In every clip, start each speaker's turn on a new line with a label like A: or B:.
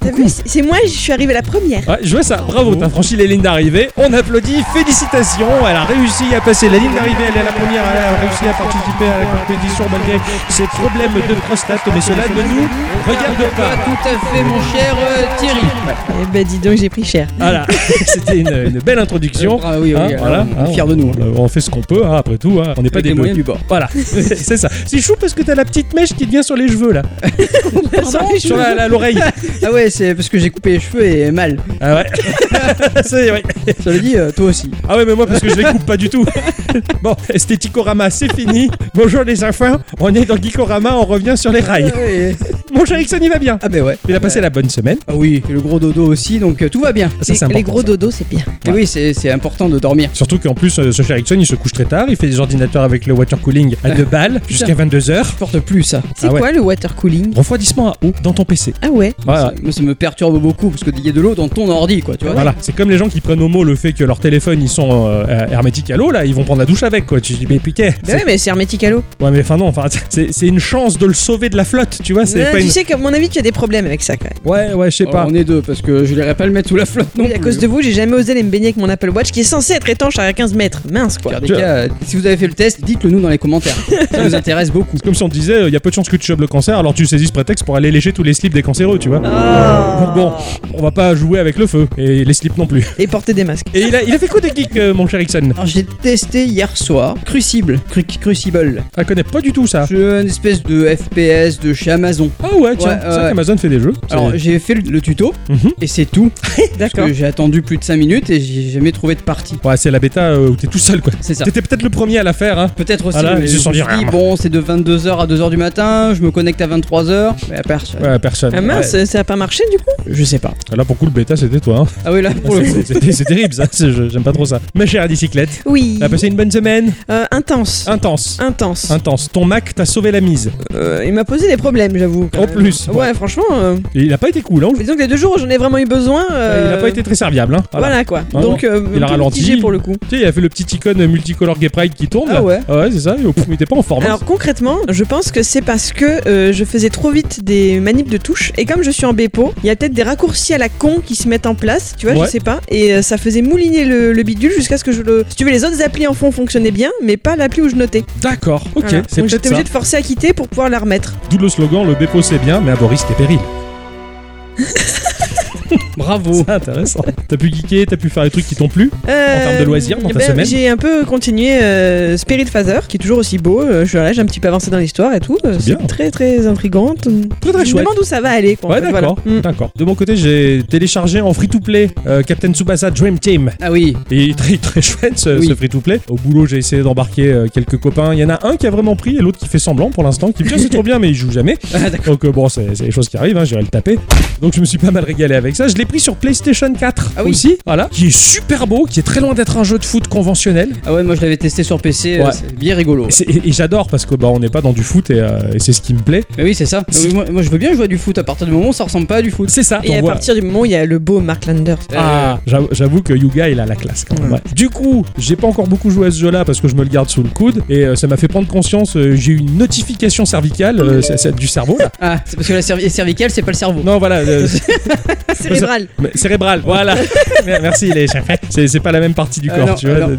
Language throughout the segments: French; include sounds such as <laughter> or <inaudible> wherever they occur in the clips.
A: T'as vu, c'est c'est moi, je suis arrivée la première.
B: Ouais, je vois ça. Bravo, t'as franchi les lignes d'arrivée. On applaudit. Félicitations. Elle a réussi à passer la ligne d'arrivée. Elle est la première. Elle a réussi à participer à la compétition malgré ses problèmes de prostate. Mais cela ne nous regarde pas.
C: Tout à fait, mon cher euh, Thierry.
A: Eh ben, dis donc, j'ai pris cher.
B: Voilà, <laughs> c'était une, une belle introduction.
C: Ah oui, oui,
B: Hein,
C: euh,
B: voilà,
C: on est
B: hein,
C: fiers de nous, hein.
B: euh, On fait ce qu'on peut, hein, après tout. hein, On n'est pas
C: Avec
B: des
C: les moyens
B: bleus.
C: du bord. <laughs>
B: Voilà, c'est ça. C'est chou parce que t'as la petite mèche qui te vient sur les cheveux
C: <laughs>
B: là. sur la- la- l'oreille.
C: Ah ouais, c'est parce que j'ai coupé les cheveux et mal.
B: Ah ouais. C'est- ouais.
C: Ça le dit, euh, toi aussi.
B: Ah ouais, mais moi parce que je les coupe pas du tout. Bon, Esthéticorama, c'est fini. Bonjour les enfants. On est dans Geekorama, on revient sur les rails.
C: Ah ouais.
B: Mon cher Ixon, il va bien.
C: Ah bah ouais.
B: Il a passé la bonne semaine.
C: Ah oui, et le gros dodo aussi, donc euh, tout va bien.
B: Ça, c'est
A: les, les
B: important,
A: gros
B: ça.
A: dodos, c'est bien.
C: Et oui, c'est c'est important de dormir.
B: Surtout qu'en plus, euh, ce cher Ixon, il se couche très tard. Il fait des ordinateurs avec le water cooling à deux balles jusqu'à 22h.
C: Je porte plus ça.
A: C'est
B: Ah ouais.
A: quoi le water cooling
B: Refroidissement à eau dans ton PC.
A: Ah ouais
B: Voilà.
C: Ça, moi, ça me perturbe beaucoup parce qu'il y a de l'eau dans ton ordi, quoi, tu vois.
B: Voilà, c'est comme les gens qui prennent au mot le fait que leur téléphone ils sont euh, euh, hermétiques à l'eau là, ils vont prendre la douche avec quoi. Tu te dis mais putain.
A: Bah ouais, mais c'est hermétique à l'eau.
B: Ouais mais enfin non, enfin c'est c'est une chance de le sauver de la flotte, tu vois, c'est
A: Là,
B: pas
A: Tu
B: une.
A: sais qu'à mon avis, tu as des problèmes avec ça quand même.
B: Ouais ouais, je sais
C: Oh,
B: pas.
C: on est deux parce que je n'irai pas le mettre sous la flotte non
A: Oui, à
C: plus.
A: cause
B: euh,
A: de vous, j'ai jamais osé aller me baigner avec mon Apple Watch qui est censé être étanche à 15 mètres. Mince quoi.
C: Car des
B: Tu-
C: cas, euh, si vous avez fait le test, dites-le nous dans les commentaires. Ça nous intéresse beaucoup.
B: C'est comme si on te disait, il y a peu de chances que tu chopes le cancer, alors tu saisis ce prétexte pour aller lécher tous les slips des cancéreux, tu vois. Donc bon, on va pas jouer avec le feu, et les slips non plus.
A: Et porter des masques.
B: Et il a, il a fait quoi des geeks, euh, mon cher Ixon
C: Alors j'ai testé hier soir Crucible, Cru- Crucible.
B: Je connais pas du tout ça.
C: C'est une espèce de FPS de chez Amazon.
B: Ah ouais, tiens,
C: Ouais,
B: c'est vrai
C: ouais.
B: qu'Amazon fait des jeux. c'est-
C: Alors j'ai fait le, le tuto
B: Mhm.
C: et
B: <laughs>
C: c'est tout. Parce
A: D'accord.
C: que j'ai attendu plus de 5 minutes et j'ai jamais trouvé de partie.
B: Ouais, c'est la bêta euh, où t'es tout seul, quoi.
C: C'est ça.
B: T'étais peut-être le premier à la faire, hein.
C: Peut-être aussi.
B: Voilà,
C: mais
B: ils se
C: je me
B: sont dit,
C: suis dit,
B: Ah.
C: bon, c'est de 22h à 2h du matin, je me connecte à 23h. Mais à part ça,
B: Ouais, personne.
A: Ah mince, ça a pas marché du coup
C: je sais pas.
B: Là, pour le coup, le bêta, c'était toi. hein.
A: <laughs>
C: Ah oui, là, pour le coup.
B: C'est c'est- c'est terrible, ça. C'est- je- J'aime pas trop ça. Ma chère bicyclette,
A: Oui.
B: t'as passé une bonne semaine
A: Euh, intense.
B: Intense.
A: Intense.
B: Intense. Ton Mac t'a sauvé la mise.
A: Euh, il m'a posé des problèmes, j'avoue. quand
B: En
A: même.
B: plus,
A: Euh, Ouais, franchement. euh,
B: Et il a pas été cool, hein.
A: disons que les deux jours où j'en ai vraiment eu besoin. euh,
B: Il a pas été très serviable, hein.
A: Voilà, quoi.
B: Ah
A: Donc, euh, un
B: Il a
A: peu
B: ralenti.
A: mitigé pour le coup.
B: Tu sais, il a fait le petit icône multicolore Gay Pride qui tourne.
C: Ah
B: là.
C: ouais.
B: ouais, c'est ça. Et au pouf, il était pas en forme. hein.
A: Alors concrètement, je pense que c'est parce que euh, je faisais trop vite des manips de touches et comme je suis en Bepo, il y a peut-être des raccourcis à la con qui se mettent en place, tu vois,
B: Ouais.
A: je sais pas, et euh, ça faisait mouliner le, le bidule jusqu'à ce que je le. Si tu veux, les autres applis en fond fonctionnaient bien, mais pas l'appli où je notais.
B: D'accord, ok.
A: Voilà.
B: C'est
A: Donc
B: peut-être
A: j'étais
B: ça.
A: obligé de forcer à quitter pour pouvoir la remettre.
B: D'où le slogan le Bepo c'est bien, mais à Boris c'est péril.
C: Bravo.
B: C'est intéressant. T'as pu geeker, t'as pu faire des trucs qui t'ont plu.
A: Euh,
B: termes de loisirs dans ta
A: ben,
B: semaine
A: J'ai un peu continué euh, Spirit Father, qui est toujours aussi beau. euh, je suis là, j'ai un petit peu avancé dans l'histoire et tout. euh,
B: C'est
A: C'est
B: bien.
A: très très intrigante.
B: Très, très
A: je me
B: chouette.
A: demande où ça va aller. Quoi, en
B: ouais,
A: fait,
B: d'accord,
A: voilà. Mm.
B: d'accord. De mon côté, j'ai téléchargé en free-to-play euh, Captain Tsubasa Dream Team.
C: Ah oui, <laughs>
B: Et très très chouette ce,
C: Oui.
B: ce free-to-play. Au boulot, j'ai essayé d'embarquer euh, quelques copains. Il y en a un qui a vraiment pris et l'autre qui fait semblant pour l'instant, qui me dit Ah, c'est trop bien, mais il joue jamais.
C: Ah, d'accord.
B: Donc euh, bon, c'est c'est les choses qui arrivent, hein, j'irai le taper. Donc je me suis pas mal régalé avec ça. Je l'ai pris sur PlayStation 4
C: Ah oui.
B: aussi, voilà, qui est super beau, qui est très loin d'être un jeu de foot conventionnel.
C: Ah ouais, moi je l'avais testé sur PC, euh,
B: Ouais.
C: c'est bien rigolo.
B: Et, c'est- et- et j'adore parce que bah, on n'est pas dans du foot et, euh, et c'est ce qui me plaît.
C: Mais oui, c'est ça. Ah oui, moi, moi, je veux bien jouer à du foot à partir du moment où ça ressemble pas à du foot.
B: C'est ça.
A: Et à
B: t'envoies-
A: partir du moment où il y a le beau Mark Landers.
B: Ah, j'avoue- j'avoue que Yuga il a la classe quand même.
A: Ouais.
B: ouais. Du coup, j'ai pas encore beaucoup joué à ce jeu-là parce que je me le garde sous le coude et euh, ça m'a fait prendre conscience. euh, j'ai eu une notification cervicale euh, c'est- c'est du cerveau. Là.
C: Ah, c'est parce que la cervi- cervicale, c'est pas le cerveau.
B: Non, voilà, euh,
A: Cérébral.
B: mais- cérébral. Voilà. <laughs> Mer- Merci les chefs. C'est c'est pas la même partie du
C: Euh,
B: corps,
C: non,
B: tu vois. <laughs>
C: alors-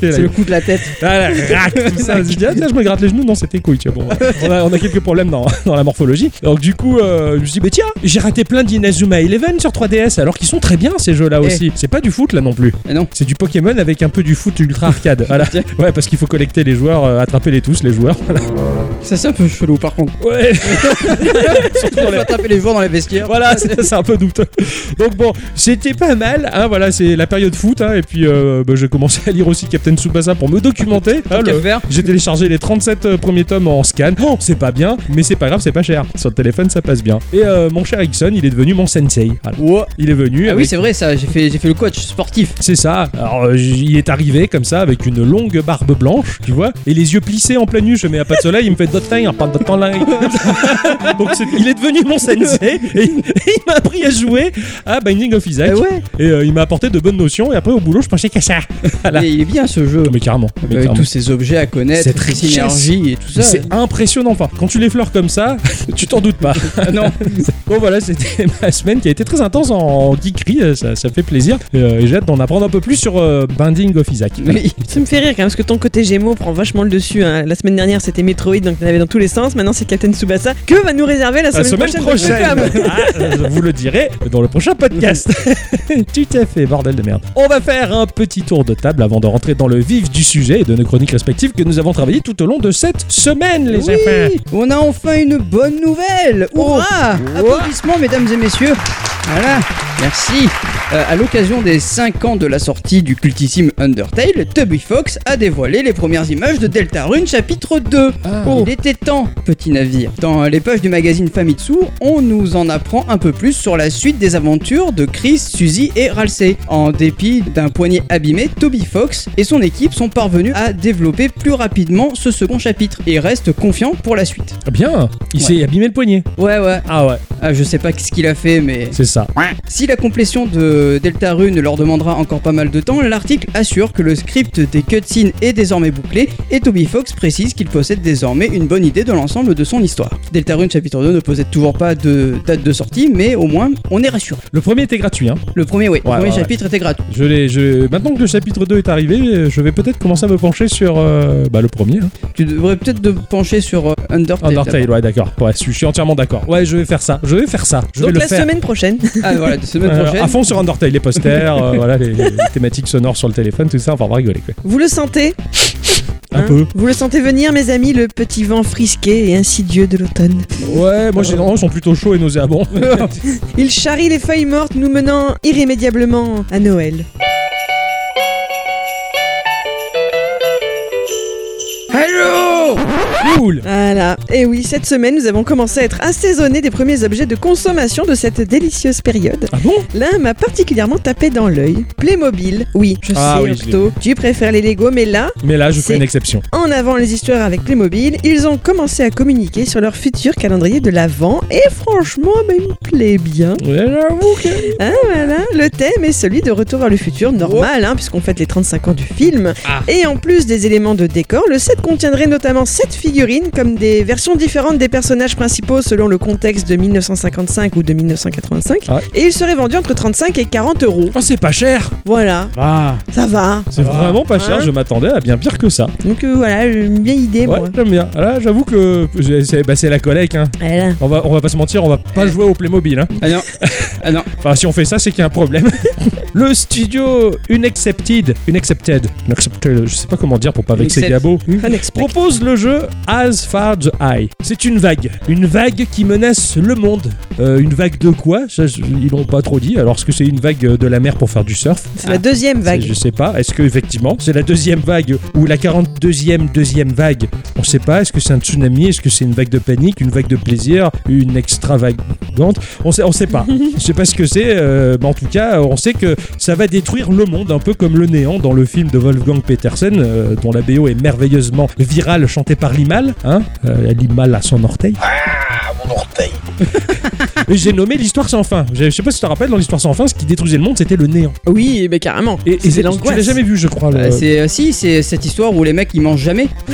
C: C'est le coup de la tête.
B: Voilà, rac, tout ça. Je dis, ah, tiens, je me gratte les genoux. Non, c'était couille. Tu vois, bon, on, a, on a quelques problèmes dans, dans la morphologie. Donc, du coup, euh, je me dis, bah tiens, j'ai raté plein d'Inazuma Eleven sur 3DS, alors qu'ils sont très bien ces jeux-là
C: Eh.
B: aussi. C'est pas du foot là non plus.
C: Ah non.
B: C'est du Pokémon avec un peu du foot ultra arcade. Voilà.
C: Tiens.
B: Ouais, parce qu'il faut collecter les joueurs, euh, attraper les tous, les joueurs. <laughs> Voilà.
C: Ça, c'est un peu chelou par contre.
B: Ouais. Surtout
C: On
B: dans les-
C: va taper les joueurs dans les vestiaires.
B: Voilà,
C: <laughs>
B: c'est c'est un peu douteux. Donc bon, c'était pas mal. Hein, voilà, c'est la période foot. hein, et puis, euh, bah, j'ai commencé à lire aussi Captain Tsubasa pour me documenter. hein,
C: Tant
B: le-
C: qu'à faire.
B: j'ai téléchargé les 37 euh, premiers tomes en scan. Oh, c'est pas bien, mais c'est pas grave, c'est pas cher. Sur le téléphone, ça passe bien. Et euh, mon cher Ixon, il est devenu mon sensei. Voilà.
C: Ouah.
B: Il est venu.
C: Ah oui,
B: avec-
C: c'est vrai, ça. J'ai fait, j'ai fait le coach sportif.
B: c'est ça. Alors, euh, j- il est arrivé comme ça avec une longue barbe blanche, tu vois, et les yeux plissés en pleine nuit. Je mets à pas de soleil, il me fait d'autres things, pas de temps là. <laughs> Donc, c'est- il est devenu mon sensei et, il- il m'a appris à jouer à Binding of Isaac.
A: Ah ouais.
B: Et euh, il m'a apporté de bonnes notions. Et après, au boulot, je pensais qu'à ça. <laughs> Voilà.
C: Et il est bien ce jeu.
B: Mais carrément. mais
C: Avec
B: carrément.
C: tous ces objets à connaître,
B: Cette
C: ces
B: richesse.
C: synergies et tout ça.
B: C'est impressionnant. Enfin, quand tu les fleurs comme ça, tu, t'en doutes pas.
C: non.
B: <laughs> Bon voilà, c'était <laughs> ma semaine qui a été très intense en geekerie, euh, ça, ça me fait plaisir. Euh, et j'ai hâte d'en apprendre un peu plus sur euh, Binding of Isaac.
C: Oui.
A: Ça me fait rire quand même, parce que ton côté Gémeaux prend vachement le dessus. hein. La semaine dernière, c'était Metroid, donc t'en avais dans tous les sens. Maintenant, c'est Captain Tsubasa. Que va nous réserver la
B: La
A: semaine,
B: semaine
A: prochaine,
B: prochaine, <laughs> Ah, euh, vous le direz dans le prochain podcast. <laughs> Tout à fait, bordel de merde. On va faire un petit tour de table avant de rentrer dans le vif du sujet et de nos chroniques respectives que nous avons travaillées tout au long de cette semaine, les enfants.
C: Oui, on a enfin une bonne nouvelle Hurrah
B: Oh. Ouah.
C: Applaudissements, mesdames et messieurs Voilà, merci Euh, À l'occasion des 5 ans de la sortie du cultissime Undertale, Tubby Fox a dévoilé les premières images de Deltarune chapitre 2.
B: Ah.
C: Il était temps, petit navire. Dans les pages du magazine Famitsu, on nous en apprend un peu plus sur la suite des aventures de Chris, Suzy et Ralsei. En dépit d'un poignet abîmé, Toby Fox et son équipe sont parvenus à développer plus rapidement ce second chapitre et restent confiants pour la suite.
B: Ah Bien, il
C: Ouais.
B: s'est abîmé le poignet.
C: Ouais, ouais.
B: Ah ouais,
C: Ah, je sais pas ce qu'il a fait, mais.
B: c'est ça.
C: Si la complétion de Deltarune leur demandera encore pas mal de temps, l'article assure que le script des cutscenes est désormais bouclé et Toby Fox précise qu'il possède désormais une bonne idée de l'ensemble de son histoire. Deltarune chapitre 2 ne possède toujours pas de date de sortie, mais au moins on est rassuré.
B: Le premier était gratuit. Hein.
C: Le premier, oui,
B: Ouais,
C: le premier
B: ouais,
C: chapitre était gratuit.
B: Je l'ai, je... Maintenant que le chapitre 2 est arrivé, euh, je vais peut-être commencer à me pencher sur euh, bah, le premier. hein.
C: Tu devrais peut-être te pencher sur euh, Undertale.
B: Undertale, ouais, d'accord. Ouais, je suis- je suis entièrement d'accord. Ouais, je vais faire ça. Je vais faire ça. Je
A: Donc
B: vais
A: la
B: le faire.
A: semaine prochaine.
C: Ah voilà, la semaine
B: <laughs> Euh,
C: prochaine.
B: à fond sur Undertale, les posters, euh, voilà, les, les thématiques sonores sur le téléphone, tout ça, enfin, on va rigoler quoi.
A: Vous le sentez
B: Un
A: hein
B: peu.
A: Vous le sentez venir, mes amis, le petit vent frisqué et insidieux de l'automne.
B: Ouais, moi généralement ils sont plutôt chauds et nauséabonds. <laughs>
A: Il charrie les feuilles mortes, nous menant irrémédiablement à Noël. <laughs>
C: Hello
B: cool.
A: Voilà. Et oui, cette semaine, nous avons commencé à être assaisonnés des premiers objets de consommation de cette délicieuse période.
B: Ah bon
A: L'un m'a particulièrement tapé dans l'œil. Playmobil, oui, je
B: Ah
A: sais,
B: oui, je l'ai
A: Octo, tu préfères les Lego, mais là,
B: Mais là, je fais
A: C'est-
B: une exception.
A: en avant les histoires avec Playmobil, ils ont commencé à communiquer sur leur futur calendrier de l'Avent, et franchement, bah, il me plaît bien.
B: Ouais, j'avoue que-
A: Ah voilà, le thème est celui de Retour vers le futur, normal, hein, puisqu'on fête les 35 ans du film.
B: Ah.
A: Et en plus des éléments de décor, le set contiendrait notamment 7 figurines, comme des versions différentes des personnages principaux selon le contexte de 1955 ou de 1985.
B: Ah ouais.
A: Et il serait vendu entre 35 et 40 euros.
B: Oh, c'est pas cher
A: Voilà,
B: Ah
A: ça va.
B: C'est vraiment pas cher,
A: Hein
B: je m'attendais à bien pire que ça.
A: Donc euh, voilà, une vieille idée,
B: ouais,
A: moi.
B: j'aime bien. Ah Là, j'avoue que j'ai- c'est bah, c'est la collecte. Hein.
A: Voilà.
B: On, va, on va pas se mentir, on va pas jouer au Playmobil. Hein.
C: Ah non, ah non.
B: Enfin, si on fait ça, c'est qu'il y a un problème. <laughs> le studio Unaccepted, Unaccepted, Unaccepted, je sais pas comment dire pour pas vexer
C: Unaccept-
B: Gabo.
A: Hmm. Unexpected.
B: propose le jeu As Far as Eye. C'est une vague. Une vague qui menace le monde. Euh, une vague de quoi Ça, je- Ils l'ont pas trop dit. Alors, est-ce que c'est une vague euh, de la mer pour faire du surf
A: C'est la deuxième
B: C'est-
A: vague.
B: Je sais pas. Est-ce que effectivement c'est la deuxième vague ou la 42e deuxième vague On sait pas. Est-ce que c'est un tsunami Est-ce que c'est une vague de panique, une vague de plaisir, une extravagante On sait, on
A: <laughs>
B: sait pas. Je sais pas ce que c'est. euh, mais en tout cas, on sait que ça va détruire le monde, un peu comme le néant dans le film de Wolfgang Petersen, euh, dont la BO est merveilleusement virale, chantée par Limal. Hein Euh, Limal à son orteil. <laughs> Et j'ai nommé l'histoire sans fin. Je je sais pas si tu te rappelles, dans l'histoire sans fin, ce qui détruisait le monde, c'était le néant.
A: Oui, mais carrément.
B: Et, et
A: C'est
B: c'est- tu
A: l'angoisse.
B: l'as jamais vu, je crois. le-
C: Euh, c'est euh, si, c'est cette histoire où les mecs ils mangent jamais.
A: Ah,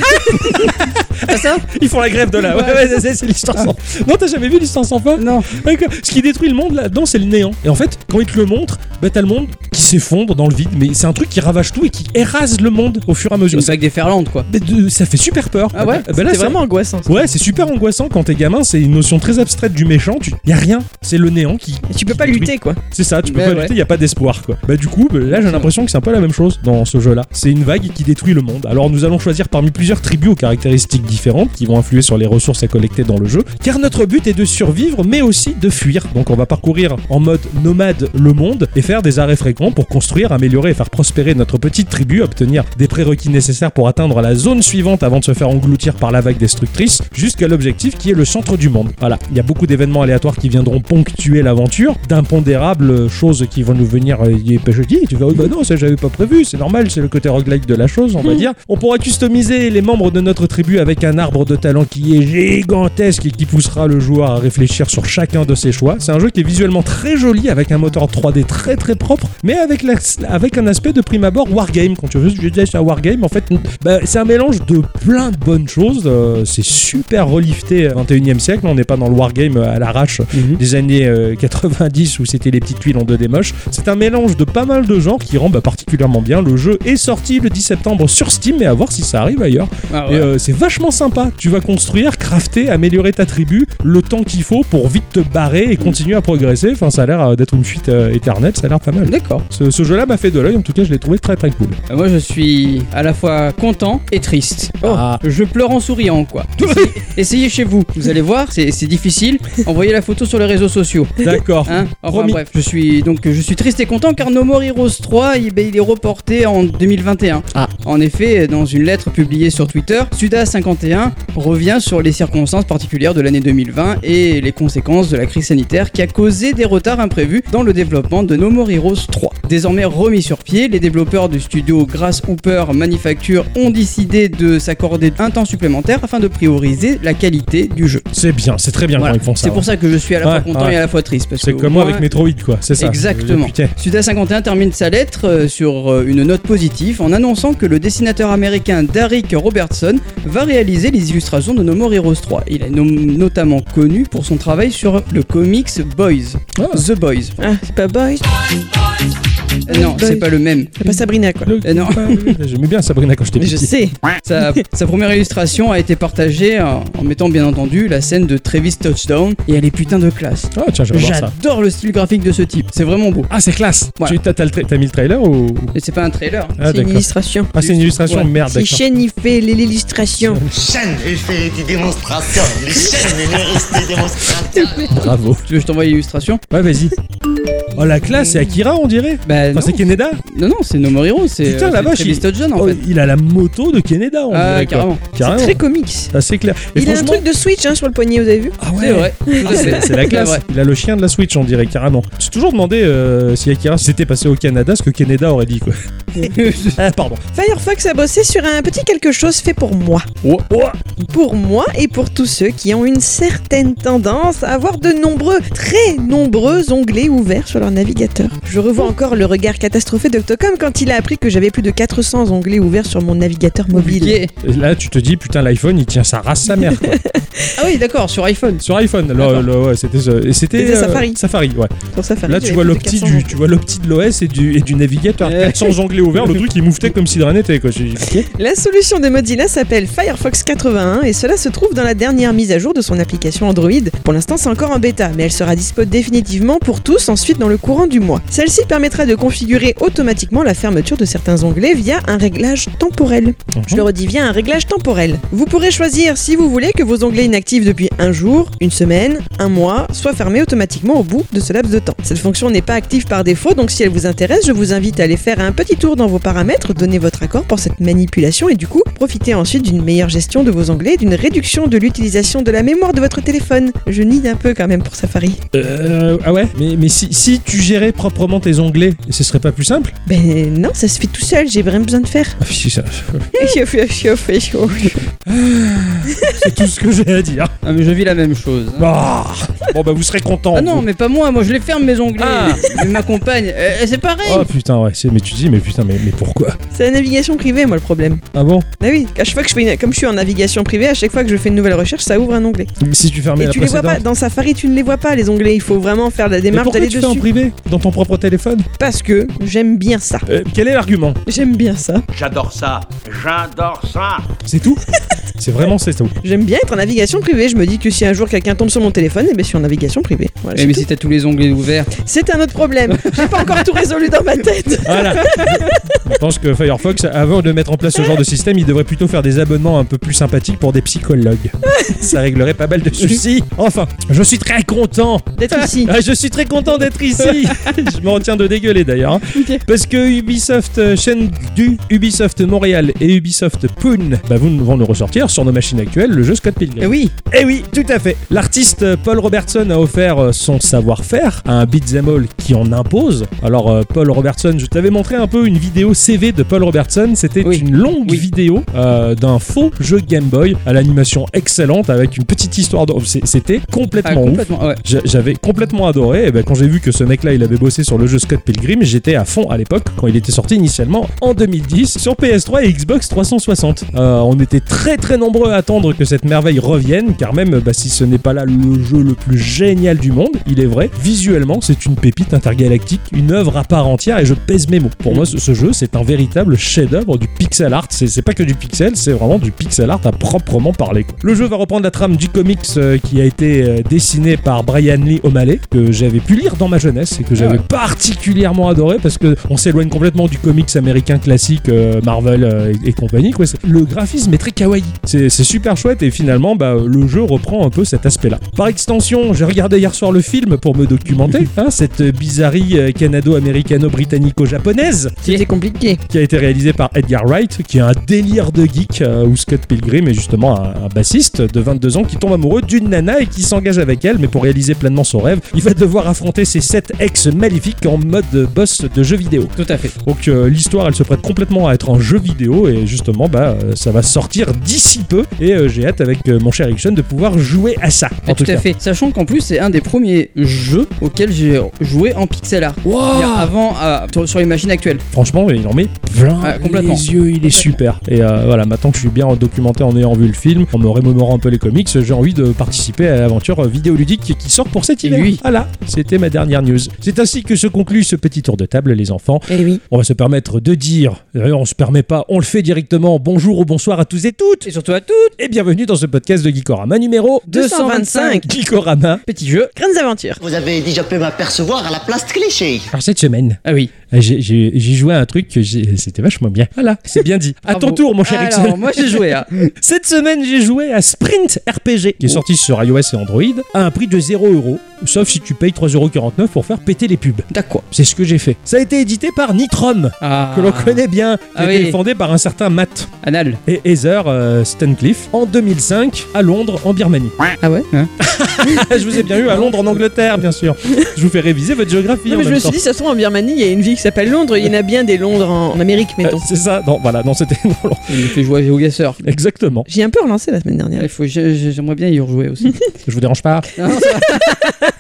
C: C'est pas
B: <laughs>
C: ça
B: Ils font la grève de la. Ouais, ouais, c'est- c'est c'est l'histoire sans. Non, t'as jamais vu l'histoire sans fin
C: Non.
B: D'accord. Ce qui détruit le monde là-dedans, c'est le néant. Et en fait, quand ils te le montrent, bah t'as le monde qui s'effondre dans le vide, mais c'est un truc qui ravage tout et qui érase le monde au fur et à
C: Une
B: mesure. Ça,
C: vague déferlante quoi.
B: bah, de- ça fait super peur.
C: Ah ouais
B: Bah, bah,
A: C'est
B: là, ça-
A: vraiment angoissant.
B: Ouais, c'est super angoissant quand t'es gamin, c'est une notion très abstraite du méchant, tu... y a rien, c'est le néant qui.
A: Et tu peux pas
B: qui détruit.
A: lutter, quoi.
B: C'est ça, tu peux
C: Bah
B: pas
C: ouais.
B: lutter, y a pas d'espoir quoi. Bah du coup, bah, là j'ai l'impression que c'est un peu la même chose dans ce jeu là. C'est une vague qui détruit le monde. Alors nous allons choisir parmi plusieurs tribus aux caractéristiques différentes qui vont influer sur les ressources à collecter dans le jeu. Car notre but est de survivre mais aussi de fuir. Donc on va parcourir en mode nomade le monde et faire des arrêts fréquents pour construire, améliorer et faire prospérer notre petite tribu, obtenir des prérequis nécessaires pour atteindre la zone suivante avant de se faire engloutir par la vague destructrice jusqu'à l'objectif qui est le centre du monde. Voilà, il y a beaucoup d'événements aléatoires qui viendront ponctuer l'aventure d'impondérables choses qui vont nous venir euh, y pêcher. Tu vas, oh bah non, ça j'avais pas prévu, c'est normal, c'est le côté roguelike de la chose, on va dire. On pourra customiser les membres de notre tribu avec un arbre de talent qui est gigantesque et qui poussera le joueur à réfléchir sur chacun de ses choix. C'est un jeu qui est visuellement très joli avec un moteur 3D très très propre, mais avec, la- avec un aspect de prime abord wargame. Quand tu veux, je disais, c'est un wargame, en fait, bah, c'est un mélange de plein de bonnes choses. euh, c'est super relifté euh, 21e siècle. On n'est pas dans le wargame euh, à l'arrache des années euh, 90 où c'était les petites tuiles en 2D moche. C'est un mélange de pas mal de genres qui rend bah, particulièrement bien. Le jeu est sorti le 10 septembre sur Steam, mais à voir si ça arrive ailleurs.
C: Ah
B: Et
C: ouais.
B: euh, c'est vachement sympa. Tu vas construire, crafter, améliorer ta tribu le temps qu'il faut pour vite te barrer et continuer à progresser. Enfin, ça a l'air euh, d'être une fuite euh, éternelle, ça a l'air pas mal.
C: D'accord.
B: Ce, ce jeu-là m'a fait de l'œil, en tout cas, je l'ai trouvé très très cool.
C: Euh, Moi, je suis à la fois content et triste.
B: Ah.
C: Je pleure en
B: <laughs>
C: souriant, quoi. Essayez- Essayez chez vous. Vous allez voir, c'est c'est difficile. Envoyez la photo sur les réseaux sociaux.
B: D'accord.
C: Hein enfin
B: Promis.
C: bref, je suis donc je suis triste et content car No More Heroes 3 il, ben, il est reporté en 2021.
B: Ah.
C: En effet, dans une lettre publiée sur Twitter, Suda51 revient sur les circonstances particulières de l'année 2020 et les conséquences de la crise sanitaire qui a causé des retards imprévus dans le développement de No More Heroes 3. Désormais remis sur pied, les développeurs du studio Grass Hooper Manufacture ont décidé de s'accorder un temps supplémentaire afin de prioriser la qualité du jeu.
B: C'est bien, c'est très bien
C: Voilà.
B: quand ils font ça.
C: C'est pour ça que je suis à la
B: Ouais,
C: fois content
B: ouais.
C: et à la fois triste. parce
B: C'est
C: que au
B: comme moi
C: moins-
B: avec Metroid, quoi. C'est ça.
C: Exactement.
B: Putain.
C: Suda51 termine sa lettre euh, sur euh, une note positive en annonçant que le dessinateur américain Derrick Robertson va réaliser les illustrations de No More Heroes 3. Il est nom- notamment connu pour son travail sur le comics Boys.
B: Ah.
C: The Boys.
A: Ah, c'est pas Boy,
C: Euh, non,
A: Boys.
C: c'est pas le même.
A: c'est pas Sabrina quoi.
B: Le-
C: Eh non. <laughs>
B: Ah, J'aimais bien Sabrina quand j'étais
A: Mais je
B: petit. Ah,
A: sais.
C: Sa, sa première illustration a été partagée euh, en mettant bien entendu la scène de Travis Touchdown et elle est putain de classe.
B: Ah tiens, je vais voir ça.
C: J'adore le style graphique de ce type, c'est vraiment beau.
B: Ah, c'est classe.
C: Voilà.
B: Tu T'as t'as le tra- t'as mis le trailer ou ou-
C: Et c'est pas un trailer.
A: c'est
B: Ah,
A: une
B: d'accord.
A: illustration.
B: Ah, c'est une illustration,
C: Ouais.
B: merde,
A: Si
B: d'accord.
A: Shane il fait l'illustration.
D: chaîne, il fait des démonstrations. Les chaînes, il est resté démonstrateur.
B: Bravo.
C: Tu veux que je t'envoie l'illustration
B: Ouais, vas-y. Oh, la classe, c'est Akira, on dirait.
C: Bah
B: Enfin,
C: non.
B: c'est Keneda.
C: Non, non, c'est No More Heroes, c'est
B: Putain,
C: euh,
B: la
C: c'est
B: vache,
C: Travis
B: il-
C: Stott John, en
B: Oh,
C: fait.
B: il a la moto de Keneda, on
C: Ah,
B: dirait. quoi.
C: carrément.
A: C'est
B: Carrément.
A: très comics.
B: Ah, c'est clair. Et
A: il a un
B: franchement-
A: truc de Switch hein, sur le poignet, vous avez vu
B: Ah
C: C'est
B: ouais.
C: vrai. tout à
B: Ah,
C: fait.
B: c'est-
C: <laughs>
B: C'est la classe.
C: vrai.
B: Il a le chien de la Switch, on dirait carrément. Je me suis toujours demandé euh, si Akira s'était passé au Canada, ce que Keneda aurait dit, quoi. <laughs> Ah, pardon.
A: Firefox a bossé sur un petit quelque chose fait pour moi.
B: Oh, oh.
A: Pour moi et pour tous ceux qui ont une certaine tendance à avoir de nombreux, très nombreux onglets ouverts sur leur navigateur. Je revois encore le regard catastrophé d'Octocom quand il a appris que j'avais plus de 400 onglets ouverts sur mon navigateur mobile.
C: Oublié.
B: Et là, tu te dis, putain, l'iPhone, il tient sa race, sa mère. quoi.
C: Ah oui, d'accord, sur iPhone.
B: Sur iPhone, là,
C: D'accord.
B: là, ouais, c'était ce- et c'était euh,
A: C'était Safari.
B: Safari, ouais.
A: Sur Safari,
B: Là, tu
A: j'avais
B: vois
A: plus de
B: l'opti
A: 400
B: du,
A: onglets.
B: tu vois l'opti de l'OS et du, et du navigateur.
C: Ouais.
B: 400 onglets ouverts, le truc il mouffetait comme si de rien n'était. quoi. J'ai dit, ok.
A: La solution de Mozilla s'appelle Firefox 81 et cela se trouve dans la dernière mise à jour de son application Android. Pour l'instant, c'est encore en bêta, mais elle sera dispo définitivement pour tous ensuite dans le courant du mois. Celle-ci permettra de configurer automatiquement la fermeture de certains onglets via un réglage temporel. Je le redis, via un réglage temporel. Vous pourrez choisir si vous voulez que vos onglets inactifs depuis un jour, une semaine, un mois soient fermés automatiquement au bout de ce laps de temps. Cette fonction n'est pas active par défaut, donc si elle vous intéresse, je vous invite à aller faire un petit tour dans vos paramètres, donner votre accord pour cette manipulation et du coup, profiter ensuite d'une meilleure gestion de vos onglets et d'une réduction de l'utilisation de la mémoire de votre téléphone. Je nide un peu quand même pour Safari.
B: Euh, ah ouais Mais, mais si, si tu gérais proprement tes onglets, ce serait pas plus simple
A: Ben non, ça se fait tout seul, j'ai vraiment besoin de faire. <laughs>
B: Ah, si, ça- C'est tout ce que j'ai
A: <laughs>
B: à dire.
C: Ah, mais je vis la même chose.
B: Ah. bon, bah vous serez content.
C: Ah non, mais pas moi, moi je les ferme mes onglets.
B: Ah.
C: Mais ma compagne, euh, c'est pareil.
B: Oh putain, ouais, c'est- mais tu te dis, mais putain, mais, mais pourquoi
A: C'est la navigation privée, moi, le problème.
B: Ah bon
A: Ah oui, à chaque fois que je fais une- comme je suis en navigation privée, à chaque fois que je fais une nouvelle recherche, ça ouvre un onglet.
B: Si tu
A: et
B: fermais Ah, la
A: tu les vois
B: précédente.
A: pas dans Safari, tu ne les vois pas les onglets. Il faut vraiment faire la
B: mais
A: démarche
B: pourquoi
A: d'aller
B: tu
A: dessus.
B: fais en privé Dans ton propre téléphone
A: Parce que j'aime bien ça.
B: Euh, Quel est l'argument
A: J'aime bien ça.
E: J'adore ça. J'adore ça.
B: C'est tout C'est vraiment c'est tout.
A: J'aime bien être en navigation privée. Je me dis que si un jour quelqu'un tombe sur mon téléphone, eh ben, je suis en navigation privée. Voilà,
C: Eh,
A: c'est
C: mais
A: tout.
C: si t'as tous les onglets ouverts.
A: C'est un autre
B: <laughs>
A: problème. J'ai pas encore tout résolu dans ma tête.
B: Voilà. Je pense que Firefox, avant de mettre en place ce genre de système, il devrait plutôt faire des abonnements un peu plus sympathiques pour des psychologues. Ça réglerait pas mal de soucis. Enfin, je suis très content.
A: D'être ici.
B: Ah, Je suis très content d'être ici.
C: <laughs>
B: si, je me retiens de dégueuler d'ailleurs. hein.
C: Ok.
B: Parce que Ubisoft euh, chaîne du Ubisoft Montréal et Ubisoft Pune bah, vous, vont nous ressortir sur nos machines actuelles le jeu Scott Pilgrim.
C: Eh oui,
B: Eh oui, tout à fait. L'artiste euh, Paul Robertson a offert euh, son savoir-faire à un beat'em all qui en impose. Alors euh, Paul Robertson, je t'avais montré un peu une vidéo CV de Paul Robertson. C'était
C: Oui.
B: une longue
C: Oui.
B: vidéo euh, d'un faux jeu Game Boy à l'animation excellente avec une petite histoire. de- C'est- C'était
C: Ah,
B: complètement ouf.
C: complètement. ouais.
B: J'a- J'avais complètement adoré. Et ben, quand j'ai vu que ce mec-là, il avait bossé sur le jeu Scott Pilgrim, j'étais à fond à l'époque quand il était sorti initialement en 2010 sur PS3 et Xbox 360. Euh, on était très très nombreux à attendre que cette merveille revienne, car même bah, si ce n'est pas là le jeu le plus génial du monde, il est vrai, visuellement, c'est une pépite intergalactique, une œuvre à part entière, et je pèse mes mots. Pour moi, ce, ce jeu, c'est un véritable chef-d'œuvre du pixel art. C'est c'est pas que du pixel, c'est vraiment du pixel art à proprement parler. quoi. Le jeu va reprendre la trame du comics euh, qui a été euh, dessiné par Brian Lee O'Malley, que j'avais pu lire dans ma jeunesse et que j'avais particulièrement adoré parce que on s'éloigne complètement du comics américain classique euh, Marvel euh, et, et compagnie. Quoi. C'est- Le graphisme est très kawaii. C'est c'est super chouette et finalement, bah, le jeu reprend un peu cet aspect-là. Par extension, j'ai regardé hier soir le film pour me documenter. hein, cette bizarrerie euh, canado-américano-britannico-japonaise
A: C'était compliqué.
B: qui a été réalisé par Edgar Wright, qui est un délire de geek euh, où Scott Pilgrim est justement un, un bassiste de 22 ans qui tombe amoureux d'une nana et qui s'engage avec elle, mais pour réaliser pleinement son rêve, il va devoir affronter ses 7 ex maléfiques en mode boss de jeu vidéo.
C: Tout à fait.
B: Donc euh, l'histoire, elle se prête complètement à être un jeu vidéo et justement, bah, euh, ça va sortir d'ici peu et euh, j'ai hâte avec euh, mon cher Ericsson de pouvoir jouer à ça.
C: Ah, tout à fait. Sachant qu'en plus, c'est un des premiers jeux auxquels j'ai joué en pixel art.
B: Wow.
C: Il y a Avant, à- sur- sur les machines actuelles.
B: Franchement, il en met plein
C: Ah, complètement.
B: les yeux, il est super. Et euh, voilà, maintenant que je suis bien documenté en ayant vu le film, en me remémorant un peu les comics, j'ai envie de participer à l'aventure vidéoludique qui qui sort pour cet hiver.
C: Oui.
B: Voilà, c'était ma dernière news. C'est ainsi que se conclut ce petit tour de table, les enfants.
A: Eh oui.
B: On va se permettre de dire, d'ailleurs on se permet pas, on le fait directement, bonjour ou bonsoir à tous et toutes,
C: Et surtout à toutes,
B: et bienvenue dans ce podcast de Geekorama numéro
A: 225.
B: Geekorama.
C: petit jeu.
A: Grandes
B: <laughs>
A: aventures.
D: Vous avez déjà pu m'apercevoir à la place cliché.
B: Alors cette semaine,
C: Ah oui.
B: j'ai- j'ai j'ai joué à un truc que j'ai- c'était vachement bien. Voilà, c'est bien dit. À ton
C: Bravo.
B: tour, mon cher
C: Ah Alors,
B: Ixon.
C: moi j'ai
B: <laughs>
C: joué à.
B: Cette semaine, j'ai joué à Sprint RPG, qui est sorti sur iOS et Android, à un prix de 0€, sauf si tu payes 3,49€ pour faire péter les pubs.
C: D'accord.
B: C'est ce que j'ai fait. Ça a été édité par Nitrom,
C: Ah.
B: que l'on connaît bien, qui
C: Ah
B: a
C: oui.
B: été fondé par un certain Matt
C: Anal.
B: et Heather euh, Stancliffe en 2005 à Londres, en Birmanie.
C: Ah ouais hein
B: <laughs> Je vous ai bien eu à Londres, en Angleterre, bien sûr. Je vous fais réviser votre géographie.
A: Non,
B: en
A: mais je
B: même
A: me suis
B: temps.
A: dit, ça se trouve, en Birmanie, il y a une ville qui s'appelle Londres. Il y en a bien des Londres en, en Amérique,
B: Euh,
A: mettons.
B: <laughs> C'est ça, non, voilà, non, c'était. <laughs> non, non.
C: Il me fait jouer à GeoGuessr.
B: Exactement.
A: J'ai un peu relancé la semaine dernière.
C: Il faut, j'ai- j'ai- j'aimerais bien y rejouer aussi.
B: Je vous dérange pas.
C: Non, non, ça va.
B: <laughs>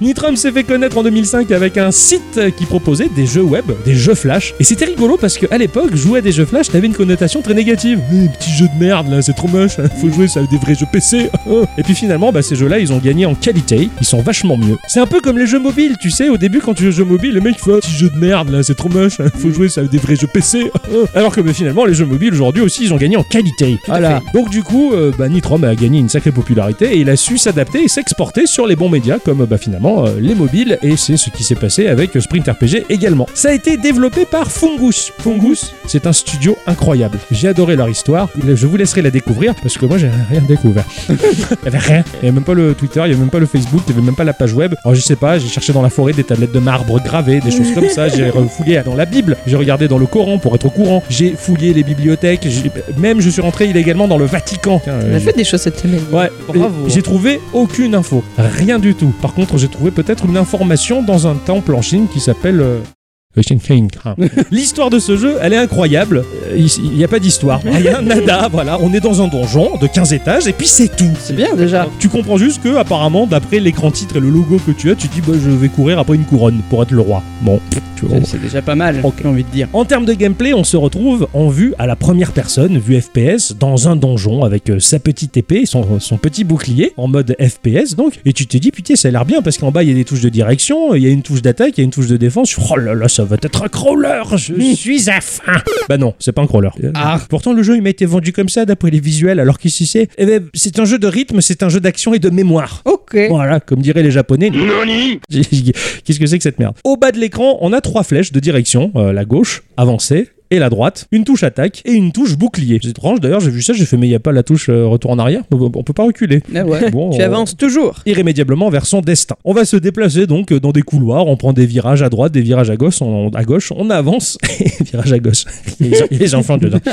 B: Nitrom s'est fait connaître en 2005 avec un site qui proposait des jeux web, des jeux flash. Et c'était rigolo parce qu'à l'époque, jouer à des jeux flash, t'avais une connotation très négative. Eh, petit jeu de merde là, c'est trop moche, <laughs> hein, faut jouer ça à des vrais jeux PC. <laughs> Et puis finalement, bah, ces jeux-là, ils ont gagné en qualité, ils sont vachement mieux. C'est un peu comme les jeux mobiles, tu sais, au début quand tu joues aux jeux mobiles, le mec il fait petit jeu de merde là, c'est trop moche, <laughs> hein, faut jouer ça à des vrais jeux PC. <laughs> Alors que bah, finalement, les jeux mobiles aujourd'hui aussi, ils ont gagné en qualité.
C: à
B: Voilà. Donc du coup, euh, bah, Nitrom a gagné une sacrée popularité et il a su s'adapter et s'exporter sur les bons médias comme euh, bah, finalement euh, les mobiles et c'est ce qui s'est passé avec euh, Sprint RPG également. Ça a été développé par Fungus. Fungus, c'est un studio incroyable. J'ai adoré leur histoire. Je vous laisserai la découvrir parce que moi j'ai rien découvert. Il n'y avait rien. Il n'y avait même pas le Twitter, il n'y avait même pas le Facebook, il n'y avait même pas la page web. Alors je sais pas, j'ai cherché dans la forêt des tablettes de marbre gravées, des choses comme ça. J'ai refouillé dans la Bible, j'ai regardé dans le Coran pour être au courant. J'ai fouillé les bibliothèques, j'ai- même je suis rentré illégalement dans le Vatican. Tiens,
A: On
B: euh,
A: a fait des choses cette semaine.
B: Ouais,
C: Bravo.
B: Et j'ai trouvé aucune info, rien du tout. Par contre, j'ai trouvé peut-être une information dans un temple en Chine qui s'appelle euh, le Shinfeng. Ah. <laughs> L'histoire de ce jeu, elle est incroyable. Euh, Il n'y a pas <laughs> d'histoire, rien, nada. Voilà, on est dans un donjon de 15 étages et puis c'est tout.
C: <laughs> C'est bien déjà.
B: Tu comprends juste que, apparemment, d'après l'écran titre et le logo que tu as, tu dis bah, je vais courir après une couronne pour être le roi. Bon, tu vois.
C: C'est, c'est déjà pas mal,
B: Ok.
C: j'ai envie de dire.
B: En termes de gameplay, on se retrouve en vue à la première personne, vue FPS, dans un donjon avec euh, sa petite épée, son, son petit bouclier, en mode FPS donc. Et tu te dis, putain, ça a l'air bien parce qu'en bas, il y a des touches de direction, il y a une touche d'attaque, il y a une touche de défense. Oh là là, ça va être un crawler, je suis à faim. Bah non, c'est pas un crawler.
C: Ah.
B: Pourtant, le jeu, il m'a été vendu comme ça d'après les visuels, alors qu'ici c'est. eh ben, c'est un jeu de rythme, c'est un jeu d'action et de mémoire.
C: Ok.
B: Voilà, comme diraient les japonais, Qu'est-ce que c'est que cette merde Au bas de l'écran, on a trois flèches de direction euh, la gauche, avancer et la droite, une touche attaque et une touche bouclier. C'est étrange d'ailleurs, j'ai vu ça, j'ai fait mais il n'y a pas la touche euh, retour en arrière, on on peut pas reculer.
C: Ah <laughs> ouais.
B: Bon,
A: tu
B: on-
A: avances toujours.
B: irrémédiablement vers son destin. On va se déplacer donc dans des couloirs, on prend des virages à droite, des virages à gauche, on, à gauche, on avance, <laughs> virage à gauche. Il y a les- il y a les enfants dedans. <laughs>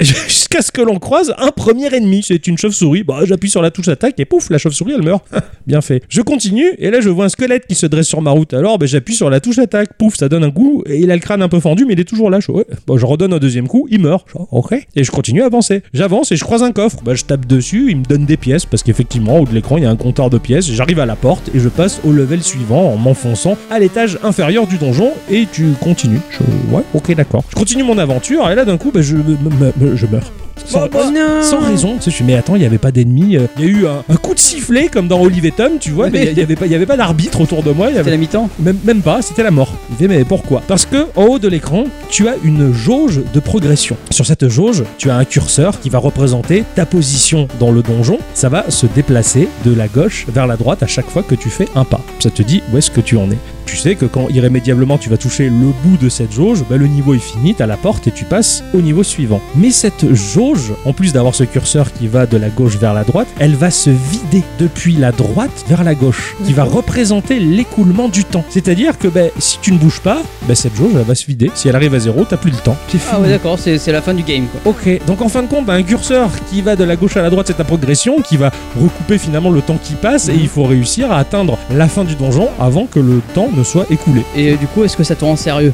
B: Jusqu'à ce que l'on croise un premier ennemi, c'est une chauve-souris. Bah, j'appuie sur la touche attaque et pouf, la chauve-souris elle meurt. <laughs> Bien fait. Je continue et là je vois un squelette qui se dresse sur ma route. Alors bah, j'appuie sur la touche attaque, pouf, ça donne un coup et il a le crâne un peu fendu mais il est toujours là. Je, ouais. Bon, je redonne un deuxième coup, il meurt. Je fais, ok. Et je continue à avancer. J'avance et je croise un coffre. Bah, je tape dessus, il me donne des pièces parce qu'effectivement au haut de l'écran il y a un compteur de pièces. J'arrive à la porte et je passe au level suivant en m'enfonçant à l'étage inférieur du donjon et tu continues. Je- ouais, ok, d'accord. Je continue mon aventure et là d'un coup bah, je, me- me- me- je meurs. Sans-
A: Oh non.
B: sans raison. Tu sais, Je suis mais attends, il n'y avait pas d'ennemi. euh, Il y a eu un, un coup de sifflet comme dans Olive et Tom, tu vois, mais il n'y avait pas, il y avait pas d'arbitre autour de moi. il y
C: C'était
B: avait-
C: la mi-temps
B: même, même pas, c'était la mort. Il fait mais pourquoi Parce que en haut de l'écran, tu as une jauge de progression. Sur cette jauge, tu as un curseur qui va représenter ta position dans le donjon. Ça va se déplacer de la gauche vers la droite à chaque fois que tu fais un pas. Ça te dit où est-ce que tu en es. Tu sais que quand irrémédiablement tu vas toucher le bout de cette jauge, bah, le niveau est fini, t'as la porte et tu passes au niveau suivant. Mais cette jauge, en plus d'avoir ce curseur qui va de la gauche vers la droite, elle va se vider depuis la droite vers la gauche, qui va représenter l'écoulement du temps. C'est-à-dire que ben, si tu ne bouges pas, ben, cette jauge elle va se vider. Si elle arrive à zéro, t'as plus le temps. C'est fini.
C: Ah ouais, d'accord, c'est c'est la fin du game quoi.
B: Ok, donc en fin de compte, bah, un curseur qui va de la gauche à la droite, c'est ta progression qui va recouper finalement le temps qui
C: Mhm.
B: passe et il faut réussir à atteindre la fin du donjon avant que le temps ne soit écoulé.
C: Et euh, du coup, est-ce que ça te rend sérieux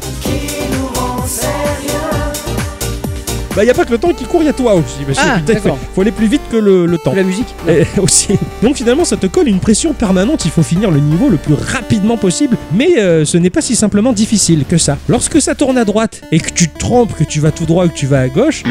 B: Bah, il n'y a pas que le temps qui court, il y a toi aussi. Parce que,
C: Ah,
B: putain,
C: d'accord.
B: faut, faut aller plus vite que le, le temps.
C: La musique
B: Et <laughs> aussi. Donc finalement, ça te colle une pression permanente. Il faut finir le niveau le plus rapidement possible. Mais euh, ce n'est pas si simplement difficile que ça. Lorsque ça tourne à droite et que tu te trompes, que tu vas tout droit ou que tu vas à gauche,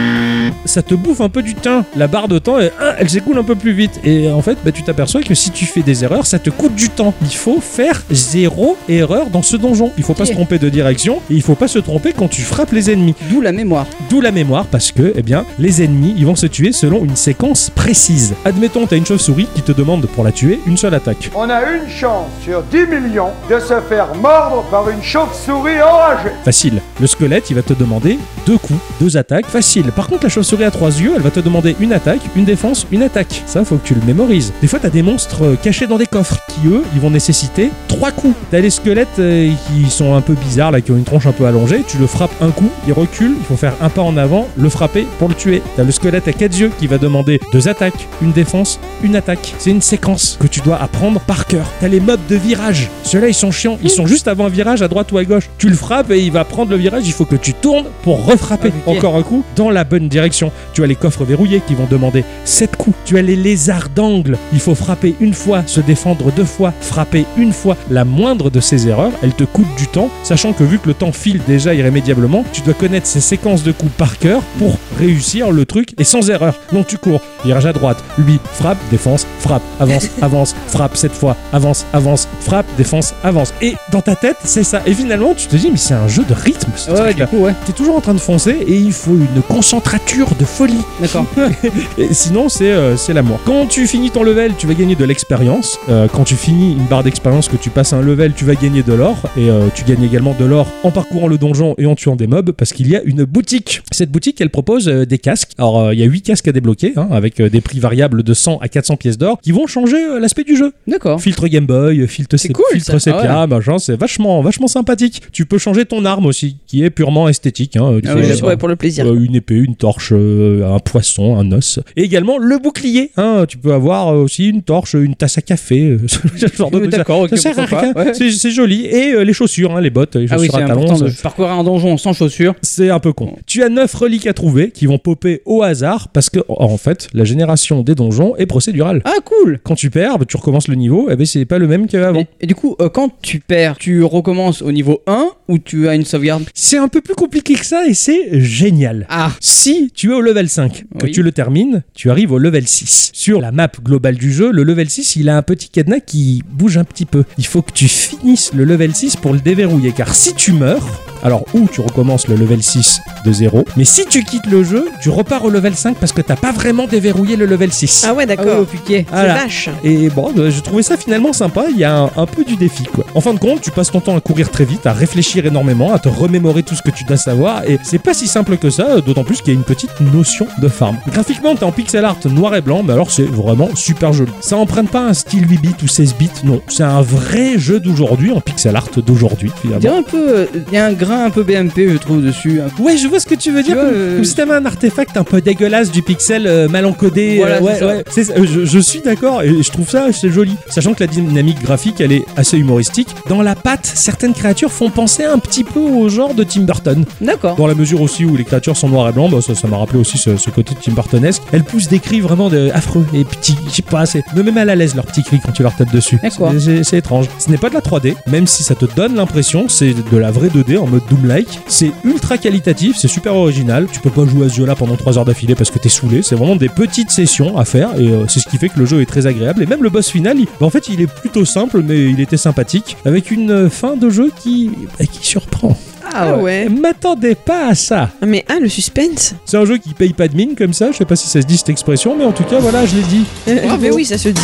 B: ça te bouffe un peu du temps. La barre de temps, elle, ah, elle s'écoule un peu plus vite. Et en fait, bah, tu t'aperçois que si tu fais des erreurs, ça te coûte du temps. Il faut faire zéro erreur dans ce donjon. Il faut pas
A: Ok.
B: se tromper de direction et il faut pas se tromper quand tu frappes les ennemis.
C: D'où la mémoire.
B: D'où la mémoire parce que, eh bien, les ennemis, ils vont se tuer selon une séquence précise. Admettons, t'as une chauve-souris qui te demande pour la tuer une seule attaque.
F: On a une chance sur 10 millions de se faire mordre par une chauve-souris enragée.
B: Facile. Le squelette, il va te demander deux coups, deux attaques. Facile. Par contre, la chauve-souris à trois yeux, elle va te demander une attaque, une défense, une attaque. Ça, faut que tu le mémorises. Des fois, t'as des monstres euh, cachés dans des coffres qui, eux, ils vont nécessiter trois coups. T'as des squelettes euh, qui sont un peu bizarres, là, qui ont une tronche un peu allongée. Tu le frappes un coup, il recule, il faut faire un pas en avant, le frapper pour le tuer. T'as le squelette à quatre yeux qui va demander deux attaques, une défense, une attaque. C'est une séquence que tu dois apprendre par cœur. T'as les mobs de virage. Ceux-là, ils sont chiants. Ils sont juste avant un virage à droite ou à gauche. Tu le frappes et il va prendre le virage. Il faut que tu tournes pour refrapper
C: Ah, ok.
B: encore un coup dans la bonne direction. Tu as les coffres verrouillés qui vont demander sept coups. Tu as les lézards d'angle. Il faut frapper une fois, se défendre deux fois, frapper une fois. La moindre de ces erreurs, elle te coûte du temps, sachant que vu que le temps file déjà irrémédiablement, tu dois connaître ces séquences de coups par cœur pour réussir le truc et sans erreur. Donc tu cours, virage à droite, lui, frappe, défense, frappe,
C: <laughs>
B: avance, avance, frappe cette fois, avance, avance, frappe, défense, avance. Et dans ta tête, c'est ça. Et finalement, tu te dis, mais c'est un jeu de rythme, ce
C: Ah Ouais, ouais,
B: truc-là.
C: du coup, ouais.
B: T'es toujours en train de foncer et il faut une concentrature de folie.
C: D'accord.
B: <laughs> Et sinon, c'est euh, c'est la mort. Quand tu finis ton level, tu vas gagner de l'expérience. Euh, quand tu finis une barre d'expérience, que tu passes un level, tu vas gagner de l'or. Et euh, tu gagnes également de l'or en parcourant le donjon et en tuant des mobs parce qu'il y a une boutique. Cette boutique, elle propose euh, des casques. Alors, euh, il y a 8 casques à débloquer hein, avec euh, des prix variables de 100 à 400 pièces d'or qui vont changer euh, l'aspect du jeu.
C: D'accord.
B: Filtre Game Boy, filtre,
C: Hein. C'est
B: sé-
C: cool,
B: filtre
C: ça. Ah
B: sépia, machin, c'est vachement, vachement sympathique. Tu peux changer ton arme aussi, qui est purement esthétique. hein, tu
C: Ah
B: sais, je
C: oui, d'accord.
B: sais
A: Juste
B: pas.
A: ouais, pour le plaisir.
B: Euh, une épée, une torche, euh, un poisson, un os. Et également le bouclier. hein. tu peux avoir euh, aussi une torche, une tasse à café, euh, <laughs> ce genre de
C: Euh,
B: truc. Ça-
C: D'accord, ok,
B: ça sert à
C: pourquoi
B: rien.
C: pas, ouais.
B: C'est c'est joli. Et euh, les chaussures, hein, les bottes, les
C: Ah oui,
B: chaussures
C: c'est
B: à talons.
C: important de
B: ça-
C: parcourir un donjon sans chaussures.
B: c'est un peu con. Tu as 9 reliques à trouver qui vont popper au hasard parce que, en fait, la génération des donjons est procédurale.
C: Ah cool
B: Quand tu perds, bah, tu recommences le niveau, et ben c'est pas le même qu'avant.
C: et, et du coup, euh, quand tu perds, tu recommences au niveau 1 ou tu as une sauvegarde
B: C'est un peu plus compliqué que ça et c'est génial.
C: Ah
B: Si tu es au level 5, que
C: Oui.
B: tu le termines, tu arrives au level 6. Sur la map globale du jeu, le level 6, il a un petit cadenas qui bouge un petit peu. Il faut que tu finisses le level 6 pour le déverrouiller, car si tu meurs, Alors, ou tu recommences le level 6 de zéro, mais si tu quittes le jeu, tu repars au level 5 parce que t'as pas vraiment déverrouillé le level 6.
A: Ah ouais,
C: Ah oui,
A: d'accord.
C: au piquet.
A: C'est
B: Voilà.
A: vache.
B: Et bon, bah, je trouvais ça finalement sympa. Il y a un, un peu du défi, quoi. En fin de compte, tu passes ton temps à courir très vite, à réfléchir énormément, à te remémorer tout ce que tu dois savoir. Et c'est pas si simple que ça, d'autant plus qu'il y a une petite notion de farm. Graphiquement, t'es en pixel art noir et blanc, mais alors c'est vraiment super joli. Ça emprunte pas un style 8 bits ou 16 bits, non. C'est un vrai jeu d'aujourd'hui, en pixel art d'aujourd'hui,
C: On
B: finalement.
C: dirait un peu. euh, Il y a un grain un peu BMP, je trouve, dessus. hein. un peu-
B: Ouais, je vois ce que tu veux dire.
C: Tu vois,
B: comme,
C: euh,
B: comme si t'avais un artefact un peu dégueulasse du pixel euh, mal encodé.
C: Voilà,
B: euh, ouais,
C: c'est ça.
B: ouais. C'est ça, euh, je, je suis d'accord et je trouve ça c'est joli. Sachant que la dynamique graphique, elle est assez humoristique. Dans la patte, certaines créatures font penser un petit peu au genre de Tim Burton.
C: D'accord.
B: Dans la mesure aussi où les créatures sont noires et blancs, bah, ça ça m'a rappelé aussi ce, ce côté Tim Burtonesque. Elles poussent des cris vraiment de- affreux et petits. Je sais pas, c'est me met mal à l'aise leurs petits cris quand tu leur tapes dessus.
C: D'accord.
B: C'est- C'est c'est étrange. Ce n'est pas de la 3D, même si ça te donne l'impression, c'est de la vraie 2D en mode Doom-like. C'est ultra qualitatif, c'est super original. Tu peux pas jouer à ce jeu-là pendant 3 heures d'affilée parce que t'es saoulé. C'est vraiment des petites sessions à faire et euh, c'est ce qui fait que le jeu est très agréable. Et même le boss final, il- bah, en fait, il est plutôt simple, mais il était sympathique avec une euh, fin de jeu qui, bah, qui surprend.
A: Ah
B: Et
A: ouais.
B: m'attendais pas à ça.
A: Mais ah, le suspense.
B: C'est un jeu qui paye pas de mine comme ça, je sais pas si ça se dit cette expression, mais en tout cas voilà, je l'ai dit.
A: Euh,
C: Bravo.
A: Mais oui, ça se dit.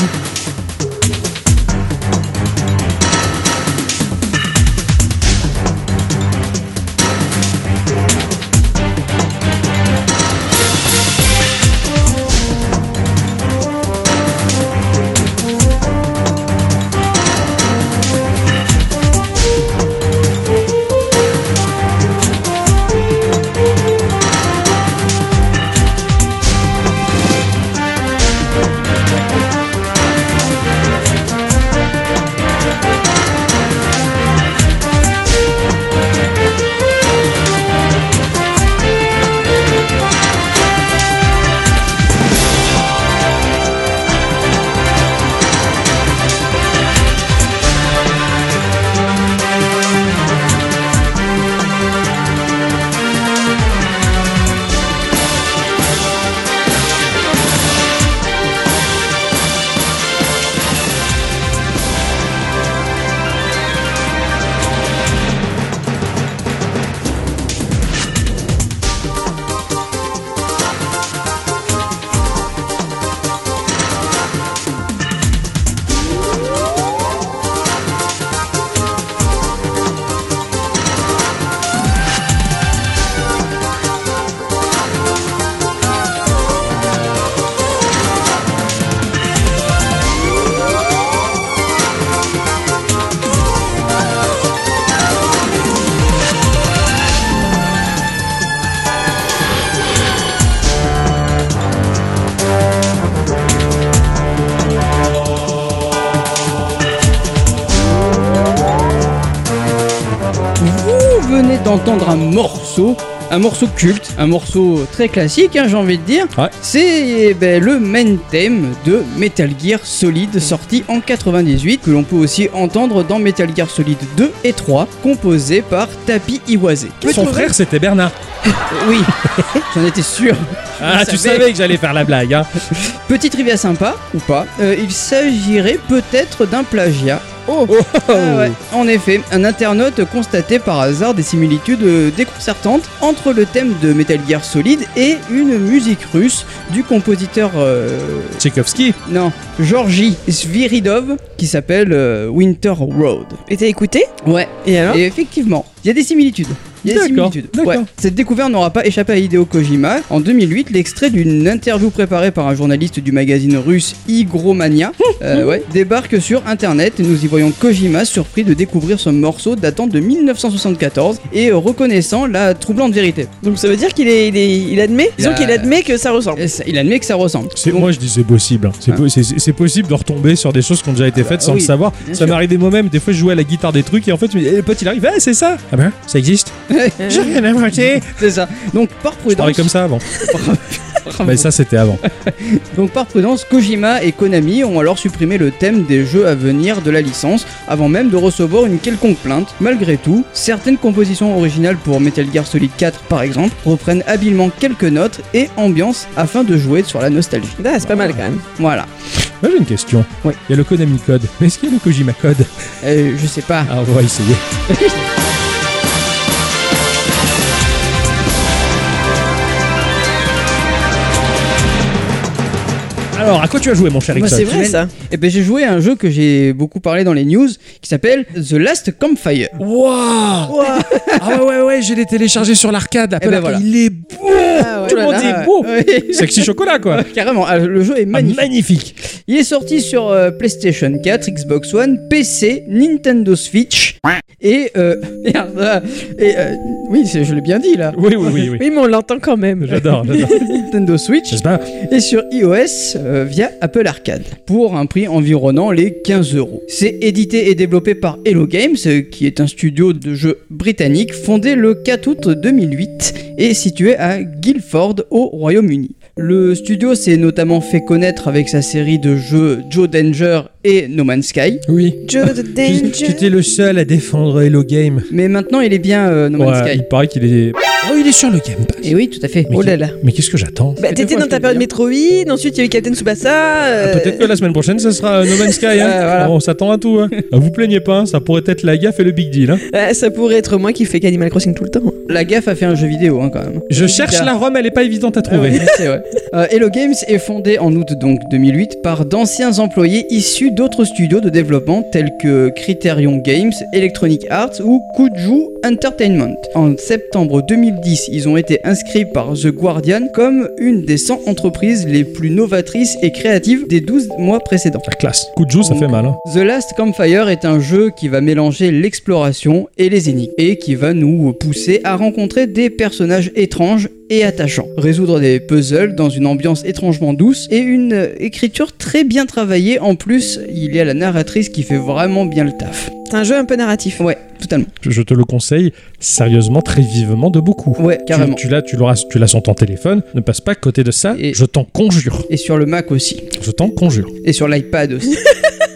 C: Vous venez d'entendre un morceau, un morceau culte, un morceau très classique, hein, j'ai envie de dire.
B: Ouais.
C: C'est eh ben, le main theme de Metal Gear Solid, sorti en 98, que l'on peut aussi entendre dans Metal Gear Solid 2 et 3, composé par Tapi Iwase.
B: Son
C: Petite-
B: frère c'était Bernard.
C: Oui, j'en étais sûr.
B: Ah, tu
C: savais.
B: savais que j'allais faire la blague, hein.
C: Petite trivia sympa, ou pas, euh, il s'agirait peut-être d'un plagiat. Oh, Ah ouais. En effet, un internaute constatait par hasard des similitudes euh, déconcertantes entre le thème de Metal Gear Solid et une musique russe du compositeur euh,
B: Tchaikovsky.
C: non, Georgi Sviridov qui s'appelle euh, Winter Road.
A: Et t'as écouté
C: Ouais,
A: Et alors
C: et effectivement, il y a des similitudes. Il y a des
B: Hein D'accord,
C: similitudes.
B: d'accord.
C: Ouais. Cette découverte n'aura pas échappé à Hideo Kojima. En 2008, l'extrait d'une interview préparée par un journaliste du magazine russe Hygromania
B: Hum,
C: euh, ouais, débarque sur internet et nous y voyons Kojima surpris de découvrir ce morceau datant de 1974 et euh, reconnaissant la troublante vérité.
A: Donc ça veut dire qu'il est, il est- il admet Disons
C: Il a-
A: qu'il admet que ça ressemble.
C: Et ça- Il admet que ça ressemble.
B: C'est-
C: Donc,
B: moi je dis c'est possible. hein. C'est
C: Hein.
B: po- c'est- c'est- c'est possible de retomber sur des choses qui ont déjà été faites sans
C: Ah bah oui,
B: le savoir.
C: bien
B: Ça
C: sûr.
B: m'est arrivé moi-même, des fois je jouais à la guitare des trucs et en fait eh, le pote il arrive, ah c'est ça Ah ben ça
C: <laughs>
B: existe J'ai rien inventé
C: bah. c'est ça. Donc par
B: Je parlais
C: prudence,
B: comme ça
C: <laughs>
B: avant. Mais ça c'était avant.
C: Donc par prudence, Kojima et Konami ont alors supprimé le thème des jeux à venir de la licence avant même de recevoir une quelconque plainte. Malgré tout, certaines compositions originales pour Metal Gear Solid 4 par exemple reprennent habilement quelques notes et ambiances afin de jouer sur la nostalgie.
A: Ah, c'est pas mal quand même.
C: Voilà.
B: Moi j'ai une question.
C: Oui.
B: Il y a le Konami Code. Mais est-ce qu'il y a le Kojima Code
C: Euh, je sais pas.
B: Ah on va essayer. <laughs> Alors, à quoi tu as joué, mon cher
C: Ah
A: Bah,
B: Ixon
A: c'est vrai ça.
C: Et ben j'ai joué à un jeu que j'ai beaucoup parlé dans les news qui s'appelle The Last Campfire.
B: Oh.
G: Waouh Ah ouais, ouais, ouais, je l'ai téléchargé sur l'arcade.
B: Eh
G: Apple
C: ben
G: Arcade.
C: voilà.
G: Il est beau
C: Ah ouais,
B: Tout le
C: là
B: monde
C: là,
B: dit
C: ouais.
B: beau.
C: Ouais.
B: Sexy chocolat, quoi.
C: <laughs> Carrément, ah, le jeu est
B: Ah,
C: <laughs> magnifique.
B: Magnifique.
C: Il est sorti sur euh, PlayStation 4, Xbox One, PC, Nintendo Switch et euh, <laughs> merde, ah, et euh, oui, c'est- je l'ai bien dit là.
B: Oui, oui, oui, oui.
A: Oui, mais on l'entend quand même.
B: J'adore, j'adore.
C: Nintendo Switch
B: N'est-ce pas
C: et sur iOS euh, via Apple Arcade pour un prix environnant les 15 euros. C'est édité et développé par Hello Games, euh, qui est un studio de jeux britannique fondé le 4 août 2008 et situé à Guildford au Royaume-Uni. Le studio s'est notamment fait connaître avec sa série de jeux Joe Danger et No Man's Sky,
B: Oui.
A: Joe the Danger.
B: le seul à défendre Hello Game.
C: mais maintenant il est bien euh, No Man's
B: Ouais,
C: Sky.
B: il paraît qu'il est. Oh, il est sur le Game Pass.
C: Et oui, tout à fait.
B: Mais
A: Oh là
B: qui-
A: là.
B: Mais qu'est-ce que j'attends
A: Bah, t'étais
C: fois,
A: dans
C: je
A: ta
C: peux
A: période
C: le
A: Metroid, ensuite il y a eu Captain Tsubasa. euh,
B: Ah, Peut-être que la semaine prochaine, ce sera euh, No Man's Sky. hein.
C: Ouais, voilà.
B: Alors, on s'attend à tout. Hein. Ah, Vous plaignez pas, hein, ça pourrait être la gaffe et le big deal. hein.
A: ouais, bah, ça pourrait être moi qui fais Animal Crossing tout le temps.
C: La gaffe a fait un jeu vidéo hein, quand même.
B: Je cherche
C: Bizarre.
B: la Rome, elle est pas évidente à
C: Ah
B: trouver.
C: ouais, je sais, ouais. Euh, Hello Games est fondé en août donc 2008 par d'anciens employés issus d'autres studios de développement tels que Criterion Games, Electronic Arts ou Kuju Entertainment. En septembre 2010, ils ont été inscrits par The Guardian comme une des 100 entreprises les plus novatrices et créatives des 12 mois précédents.
B: La classe. Coup de joue,
C: Mm.
B: ça fait mal. hein.
C: The Last Campfire est un jeu qui va mélanger l'exploration et les énigmes et qui va nous pousser à rencontrer des personnages étranges et attachants, résoudre des puzzles dans une ambiance étrangement douce et une euh, écriture très bien travaillée. En plus, il y a la narratrice qui fait vraiment bien le taf.
A: C'est un jeu un peu narratif.
C: Ouais, totalement.
B: Je- Je te le conseille sérieusement, très vivement, de beaucoup.
C: Ouais,
B: Tu-
C: Mm, carrément.
B: Tu, l'as, tu l'auras, tu l'as sur ton téléphone. Ne passe pas à côté de ça.
C: Et-
B: Je t'en conjure.
C: Et sur le Mac aussi.
B: Je t'en conjure.
C: Et sur l'iPad
B: <laughs>
C: aussi.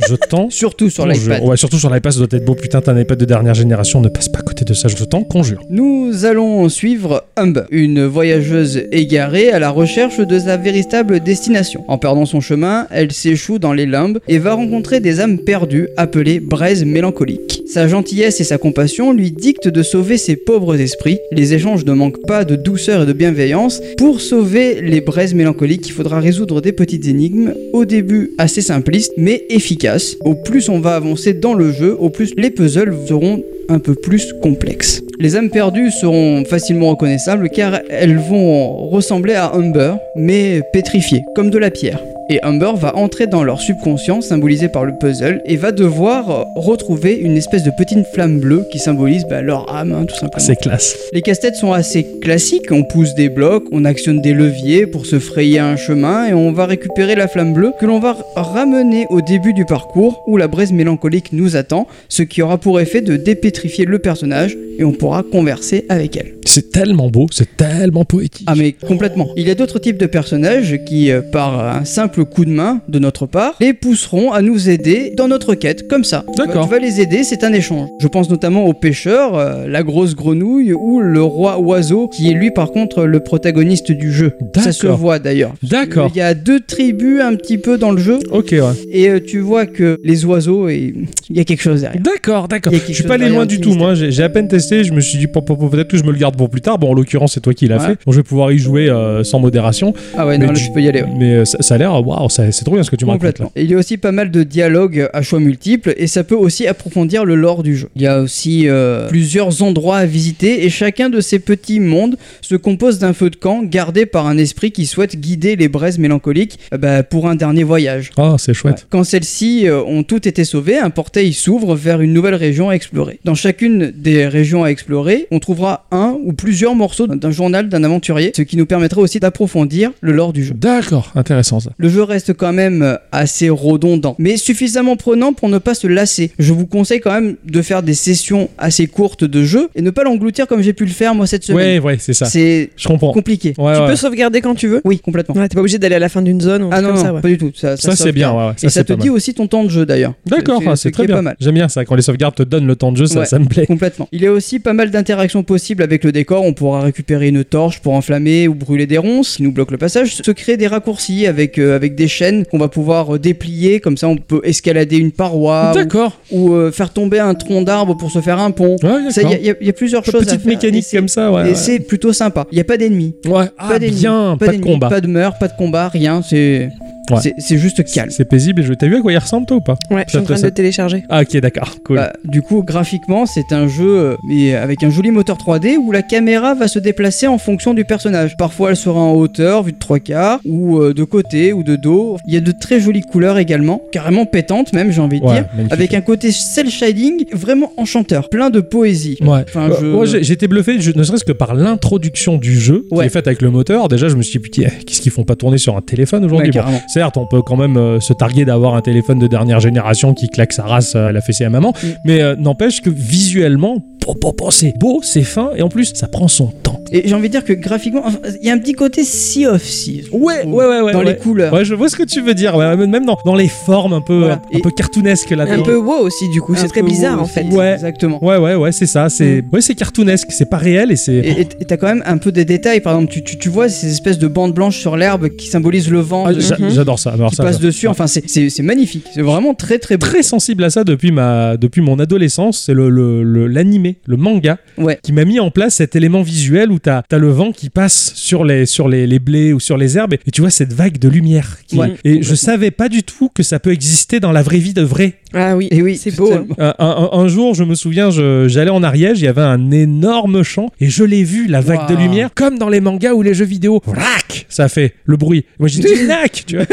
B: Je t'en
C: Surtout <laughs> sur
B: conjure.
C: l'iPad.
B: Ouais, surtout sur l'iPad, ça doit être beau. Putain, t'as un iPad de dernière génération. Ne passe pas à côté de ça. Je t'en conjure.
C: Nous allons suivre Humb, une voyageuse égarée à la recherche de sa véritable destination. En perdant son chemin, elle s'échoue dans les limbes et va rencontrer des âmes perdues appelées braises mélancoliques. Sa gentillesse et sa compassion lui dictent de sauver ces pauvres esprits. Les échanges ne manquent pas de douceur et de bienveillance. Pour sauver les braises mélancoliques, il faudra résoudre des petites énigmes, au début assez simplistes mais efficaces. Au plus on va avancer dans le jeu, au plus les puzzles seront un peu plus complexe. Les âmes perdues seront facilement reconnaissables car elles vont ressembler à Humber, mais pétrifiées, comme de la pierre. Et Humber va entrer dans leur subconscient, symbolisé par le puzzle, et va devoir euh, retrouver une espèce de petite flamme bleue qui symbolise bah, leur âme, hein, tout simplement.
B: Ah, C'est classe.
C: Les casse-têtes sont assez classiques, on pousse des blocs, on actionne des leviers pour se frayer un chemin et on va récupérer la flamme bleue que l'on va ramener au début du parcours où la braise mélancolique nous attend, ce qui aura pour effet de dépétrifier le personnage et on pourra converser avec elle.
B: C'est tellement beau. C'est tellement poétique.
C: Ah mais complètement. Il y a d'autres types de personnages qui, euh, par un simple coup de main de notre part, les pousseront à nous aider dans notre quête, comme ça.
B: D'accord.
C: Tu vas les aider, c'est un échange. Je pense notamment au pêcheur, euh, la grosse grenouille ou le roi oiseau, qui est lui par contre le protagoniste du jeu. Ça se
B: D'accord.
C: voit d'ailleurs.
B: D'accord.
C: Il y a deux tribus un petit peu dans le jeu,
B: Ok, ouais.
C: et euh, tu vois que les oiseaux, et... il y a quelque chose derrière.
B: D'accord, d'accord.
C: Il y a quelque
B: Je suis
C: chose
B: pas allé
C: derrière
B: loin
C: le
B: du
C: petit
B: tout, moi. J'ai j'ai à peine testé. Je me suis dit, pop, pop, pop, peut-être que je me le garde pour plus tard. Bon, en l'occurrence, c'est toi qui l'as
C: Ouais.
B: fait. Donc, je vais pouvoir y jouer euh, sans modération.
C: Ah ouais,
B: Mais
C: non, là,
B: tu-
C: tu peux y aller. ouais.
B: Mais euh, ça, ça a l'air, waouh, ça- c'est trop bien ce que tu m'as racontes là.
C: Complètement. Et il y a aussi pas mal de dialogues à choix multiples et ça peut aussi approfondir le lore du jeu. Il y a aussi euh, plusieurs endroits à visiter et chacun de ces petits mondes se compose d'un feu de camp gardé par un esprit qui souhaite guider les braises mélancoliques euh, bah, pour un dernier voyage.
B: Ah, c'est chouette.
C: Quand celles-ci euh, ont toutes été sauvées, un portail s'ouvre vers une nouvelle région à explorer. Dans chacune des régions à explorer, on trouvera un ou plusieurs morceaux d'un journal d'un aventurier, ce qui nous permettra aussi d'approfondir le lore du jeu.
B: D'accord, intéressant ça.
C: Le jeu reste quand même euh, assez redondant, mais suffisamment prenant pour ne pas se lasser. Je vous conseille quand même de faire des sessions assez courtes de jeu et ne pas l'engloutir comme j'ai pu le faire moi cette
B: Ouais,
C: semaine.
B: ouais, c'est ça.
C: C'est
B: Je comprends.
C: compliqué.
B: Ouais,
A: tu
B: ouais.
A: peux sauvegarder quand tu veux.
C: Oui, complètement.
A: Ouais, t'es pas obligé d'aller à la fin d'une zone ou un
C: Ah
A: truc
C: non,
A: comme
C: non,
A: ça. ouais.
C: pas du tout. Ça, ça
B: Ça, c'est bien,
C: sauvegarde.
B: ouais, ouais, ça, c'est
C: et ça te
B: pas
C: dit
B: mal.
C: aussi ton temps de jeu d'ailleurs.
B: D'accord, ah,
C: ce
B: c'est
C: qui
B: très
C: est
B: bien.
C: Pas mal.
B: J'aime bien ça, quand les sauvegardes te donnent le temps de jeu, ça,
C: Ouais.
B: ça me <laughs> plaît.
C: Complètement. Il y a aussi pas mal d'interactions possibles avec le décor. On pourra récupérer une torche pour enflammer ou brûler des ronces qui nous bloquent le passage. Se créer des raccourcis avec, euh, avec des chaînes qu'on va pouvoir euh, déplier. Comme ça, on peut escalader une paroi ah, ou-
B: D'accord.
C: ou, euh, faire tomber un tronc d'arbre pour se faire un pont.
B: Ouais,
C: Ça, Il y, a-
B: d'accord.
C: il y a- il y a plusieurs choses. à
B: Petite
C: faire.
B: mécanique
C: Et c'est-
B: comme ça, ouais.
C: Et
B: ouais.
C: c'est plutôt sympa. Il n'y a pas d'ennemis.
B: Ouais, ah,
C: d'ennemis,
B: bien, pas de
C: d'ennemis,
B: combat.
C: Pas de meurtre, pas de combat, rien. C'est
B: Ouais.
C: C'est- C'est juste calme.
B: C'est paisible et je. T'as vu à quoi il ressemble toi ou pas
A: Ouais, je suis en train de
B: Ça-
A: le télécharger.
B: Ah ok d'accord, cool.
C: Bah, du coup, graphiquement, c'est un jeu euh, mais avec un joli moteur 3D où la caméra va se déplacer en fonction du personnage. Parfois, elle sera en hauteur, vue de trois quarts, ou euh, de côté, ou de dos. Il y a de très jolies couleurs également, carrément pétantes même, j'ai envie de
B: Ouais,
C: dire,
B: magnifique.
C: avec un côté cel shading vraiment enchanteur, plein de poésie.
B: Ouais.
C: Enfin,
B: Euh,
C: je-
B: moi, j'ai- j'étais bluffé, je- ne serait-ce que par l'introduction du jeu qui
C: Ouais.
B: est faite avec le moteur. Déjà, je me suis dit, putain, eh, qu'est-ce qu'ils font pas tourner sur un téléphone aujourd'hui
C: Ouais,
B: Bon,
C: carrément.
B: Certes, on peut quand même euh, se targuer d'avoir un téléphone de dernière génération qui claque sa race euh, à la fessée à maman,
C: Mm.
B: mais euh, n'empêche que visuellement, po, po, po, c'est beau, c'est fin, et en plus, ça prend son temps.
C: Et j'ai envie de dire que graphiquement, enfin, il y a un petit côté Sea of Thieves.
B: Ouais, ouais, ouais, ouais,
C: Dans les
B: ouais.
C: couleurs.
B: Ouais, je vois ce que tu veux dire, ouais, même dans, dans les formes un peu, euh,
C: Voilà.
B: un, un peu cartoonesques là.
A: Un
B: dedans.
A: peu wow aussi, du coup.
C: Un
A: C'est très
C: peu
A: bizarre
C: wow
A: en fait.
C: aussi.
B: Ouais.
C: Exactement.
B: Ouais, ouais, ouais, c'est ça. C'est ouais, c'est cartoonesque, c'est pas réel et c'est.
C: Mm. Et et t'as quand même un peu des détails, par exemple, tu, tu, tu vois ces espèces de bandes blanches sur l'herbe qui symbolisent le vent.
B: Ah,
C: de-
B: j'a-
A: Mhm.
B: J'adore ça. alors
C: qui
B: ça,
C: passe
B: ça.
C: dessus. Enfin, c'est- c'est c'est magnifique. C'est vraiment très très beau.
B: très sensible à ça depuis ma depuis mon adolescence c'est le le- le- l'animé le, manga
C: Ouais.
B: qui m'a mis en place cet élément visuel où t'as as le vent qui passe sur les sur les, les blés ou sur les herbes et, et tu vois cette vague de lumière qui-
C: Ouais.
B: et je savais pas du tout que ça peut exister dans la vraie vie de vrai
A: Ah oui,
C: Et oui,
A: c'est beau. hein.
C: totalement.
B: un, Euh, un- un jour je me souviens je- j'allais en Ariège il y avait un énorme champ et je l'ai vu la vague de
C: Waouh.
B: lumière comme dans les mangas ou les jeux vidéo Vrac ça fait le bruit moi j'ai
C: <laughs>
B: dit Vrac tu vois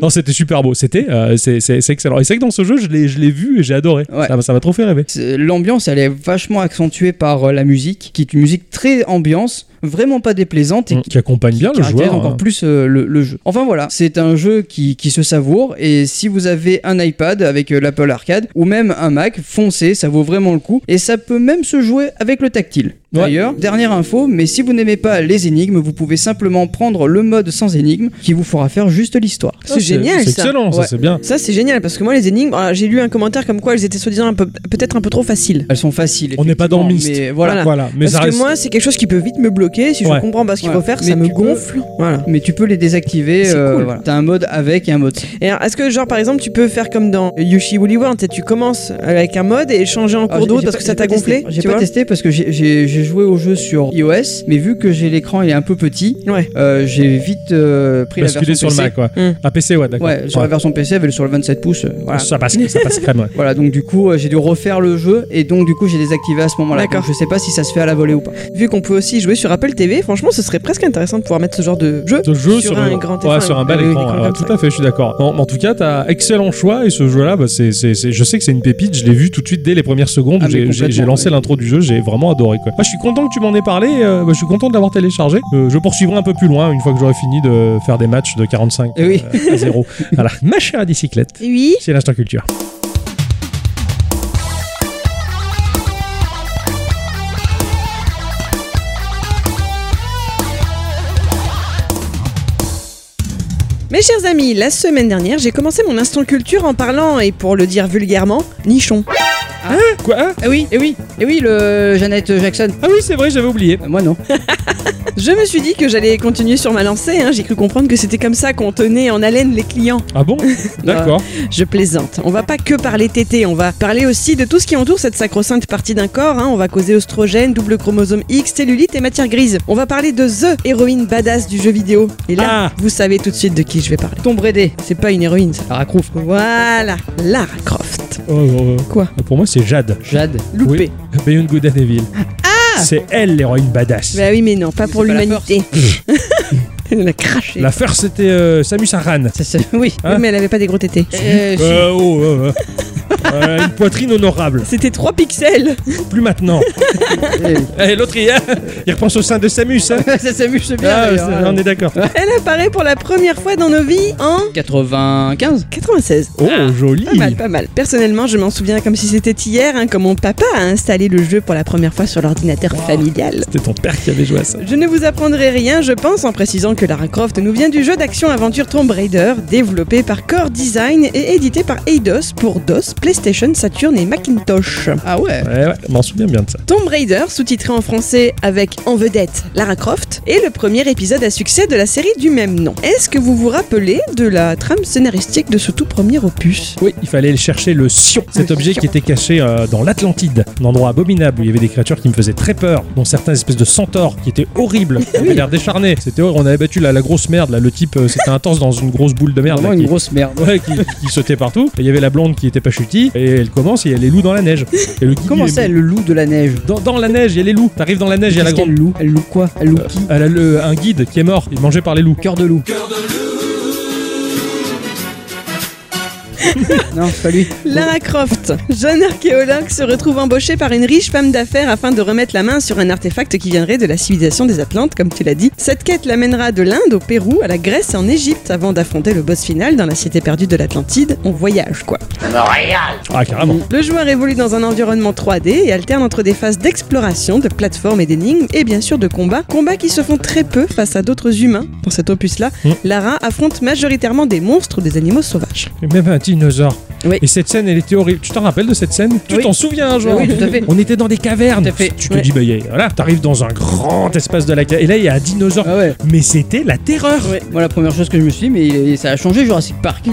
B: non c'était super beau c'était euh, c'est c'est- c'est excellent et c'est que dans ce jeu je l'ai je l'ai vu et j'ai adoré
C: Ouais.
B: ça m'a- ça m'a trop fait rêver
C: C'est- L'ambiance, elle est vachement accentuée par euh, la musique, qui est une musique très ambiance, vraiment pas déplaisante et
B: Mm. qui accompagne bien le
C: caractérise
B: joueur
C: encore
B: hein.
C: plus euh, le, le jeu. Enfin voilà, c'est un jeu qui, qui se savoure et si vous avez un iPad avec euh, l'Apple Arcade ou même un Mac, foncez, ça vaut vraiment le coup et ça peut même se jouer avec le tactile.
B: Ouais.
C: D'ailleurs, dernière info, mais si vous n'aimez pas les énigmes, vous pouvez simplement prendre le mode sans énigme qui vous fera faire juste l'histoire.
A: C'est génial
B: c'est
A: ça.
B: excellent ça
C: Ouais.
B: c'est bien
A: hein. Ça, c'est génial parce que moi, les énigmes, ah, j'ai lu un commentaire comme quoi elles étaient soi-disant un peu- peut-être un peu trop faciles.
C: Elles sont faciles.
B: On n'est pas dans
C: effectivement,
B: Myst.
C: Mais voilà.
A: Voilà.
B: mais ça
A: parce que
B: reste
A: moi, c'est quelque chose qui peut vite me bloquer. Si
B: Ouais.
A: je comprends pas ce qu'il
C: Ouais.
A: faut faire,
C: Mais
A: ça me
C: tu peux-
A: gonfle. Voilà.
C: Mais tu peux les désactiver.
A: C'est
C: euh,
A: cool.
C: voilà. T'as un mode avec et un mode sans.
A: Et alors, est-ce que, genre, par exemple, tu peux faire comme dans Yoshi Woolly World, tu sais, tu commences avec un mode et changer en
C: Alors,
A: cours
C: Ah, j'ai-
A: d'eau
C: j'ai
A: parce
C: pas-
A: que ça
C: j'ai
A: t'a
C: pas testé.
A: gonflé
C: J'ai
A: tu
C: pas
A: vois
C: testé parce que j'ai- j'ai j'ai joué au jeu sur iOS, mais vu que j'ai l'écran il est un peu petit,
A: Ouais.
C: euh, j'ai vite euh, pris
B: basculer
C: la version
B: sur le
C: PC.
B: Mac ouais.
A: Mm.
B: Ah, PC ouais d'accord
C: Ouais, sur la
B: Ouais.
C: version PC, elle est sur le 27 pouces. euh, voilà.
B: ça passe ça passe crème ouais.
C: Voilà, donc du coup, euh, j'ai dû refaire le jeu et donc du coup, j'ai désactivé à ce moment-là.
A: D'accord.
C: Donc, Je sais pas si ça se fait à la volée ou pas.
A: Vu qu'on peut aussi jouer sur Apple TV, franchement, ce serait presque intéressant de pouvoir mettre ce genre de jeu,
B: de jeu
A: sur, un grand
B: ouais,
A: écran,
B: sur un bel
A: euh,
B: écran. ouais,
A: comme
B: tout
A: ça.
B: à fait, je suis d'accord. En, en tout cas, t'as excellent choix et ce jeu-là, bah, c'est, c'est- c'est- je sais que c'est une pépite. Je l'ai vu tout de suite dès les premières secondes.
C: Ah,
B: où j'ai,
C: mais
B: j'ai- j'ai
C: complètement,
B: lancé
C: ouais.
B: l'intro du jeu, j'ai vraiment adoré. Quoi. Moi, je suis content que tu m'en aies parlé. euh, bah, je suis content de l'avoir téléchargé. Euh, je poursuivrai un peu plus loin une fois que j'aurai fini de faire des matchs de 45
C: Eh oui.
B: euh, à 0. voilà, ma chère bicyclette.
A: Oui.
B: C'est l'instant culture.
A: Mes chers amis, la semaine dernière, j'ai commencé mon instant culture en parlant, et pour le dire vulgairement, nichon.
B: Quoi
C: Ah oui, et oui, et oui, le Jeannette Jackson.
B: Ah oui, c'est vrai, j'avais oublié.
C: Euh, Moi non.
A: Je me suis dit que j'allais continuer sur ma lancée, hein, j'ai cru comprendre que c'était comme ça qu'on tenait en haleine les clients.
B: Ah bon D'accord.
A: Je plaisante. On va pas que parler tété, on va parler aussi de tout ce qui entoure cette sacro-sainte partie d'un corps. hein. On va causer oestrogène, double chromosome X, cellulite et matière grise. On va parler de The héroïne badass du jeu vidéo. Et là,
B: Ah.
A: vous savez tout de suite de qui je vais parler.
C: Tom Brady.
A: C'est pas une héroïne, ça.
C: Lara Croft.
A: Voilà, Lara Croft.
B: Oh, oh, oh.
A: Quoi
B: Pour moi, c'est Jade.
C: Jade.
A: Loupé.
B: Beyond Good and Evil. C'est elle l'héroïne badass.
A: Bah oui, mais non, pas
C: C'est
A: pour
C: pas la
A: l'humanité. <laughs> Elle l'a craché.
B: La first, c'était euh, Samus
C: <laughs>
B: Aran.
C: Ça, ça- oui.
B: Hein
A: mais elle avait pas des gros tétés.
C: Euh, si.
B: Euh, oh, euh, euh. Euh, une poitrine honorable,
A: C'était 3 pixels.
B: plus
C: <laughs>
B: maintenant.
C: Eh oui.
B: Et l'autre, il, il repense au sein de Samus. hein.
C: <laughs> ça s'amuse bien.
B: Ah,
C: d'ailleurs,
B: c'est-
C: hein.
B: on est
C: <laughs>
B: d'accord.
A: Elle apparaît pour la première fois dans nos vies en
C: 95
A: 96.
B: Oh, joli.
A: Pas mal, pas mal. Personnellement, je m'en souviens comme si c'était hier, hein, quand mon papa a installé le jeu pour la première fois sur l'ordinateur familial.
B: C'était ton père qui avait joué à ça.
A: Je ne vous apprendrai rien, je pense, en précisant que Lara Croft nous vient du jeu d'action-aventure Tomb Raider, développé par Core Design et édité par Eidos pour DOS, PlayStation, Saturn et Macintosh.
C: Ah ouais
B: Ouais, ouais, je m'en souviens bien de ça.
A: Tomb Raider, sous-titré en français avec en vedette Lara Croft, est le premier épisode à succès de la série du même nom. Est-ce que vous vous rappelez de la trame scénaristique de ce tout premier opus
B: Oui, il fallait aller chercher le Sion, cet
A: Le
B: objet
A: Sion.
B: qui était caché euh, dans l'Atlantide, un endroit abominable où il y avait des créatures qui me faisaient très peur, dont certaines espèces de centaures qui étaient horribles, qui avaient l'air décharnés. C'était horrible, on avait battu la, la grosse merde, là, le type euh, c'était intense dans une grosse boule de merde.
C: Vraiment
B: là,
C: une
B: qui-
C: grosse merde.
B: Ouais, qui, qui sautait partout. Et il y avait la blonde qui était pas chutie. Et elle commence et il y a les loups dans la neige. Et le guide,
C: Comment
B: il est-
C: ça, le loup de la neige
B: dans, dans la neige, il y a les loups. T'arrives dans la neige, il y a la
C: Qu'est-ce
B: grande.
C: qu'elle loue Elle loue quoi Elle loue qui
B: Elle a le- un guide qui est mort, il est mangé par les loups.
C: Cœur de loup.
B: Euh.
C: non, c'est
B: <laughs>
C: pas lui.
A: Lara Croft, jeune archéologue, se retrouve embauchée par une riche femme d'affaires afin de remettre la main sur un artefact qui viendrait de la civilisation des Atlantes, comme tu l'as dit. Cette quête l'amènera de l'Inde au Pérou, à la Grèce et en Égypte, avant d'affronter le boss final dans la cité perdue de l'Atlantide. On voyage, quoi.
B: Ah, carrément.
A: Le joueur évolue dans un environnement 3D et alterne entre des phases d'exploration, de plateforme et d'énigmes, et bien sûr de combats. Combats qui se font très peu face à d'autres humains. Dans cet opus-là,
B: Mm.
A: Lara affronte majoritairement des monstres ou des animaux sauvages.
B: Et
C: Mm.
B: Même un dinosaure.
A: Oui.
B: Et cette scène, elle était horrible. Tu t'en rappelles de cette scène Tu
C: Oui.
B: t'en souviens, genre
C: Oui, tout à fait.
B: On était dans des cavernes.
C: Tout à fait.
B: Tu te
A: Ouais.
B: dis, bah, y a- voilà, t'arrives dans un grand espace de la caverne. Et là, il y a un dinosaure.
C: Ah ouais.
B: Mais c'était la terreur.
C: Moi, la première chose que je me suis dit, mais il- ça a changé Jurassic Park.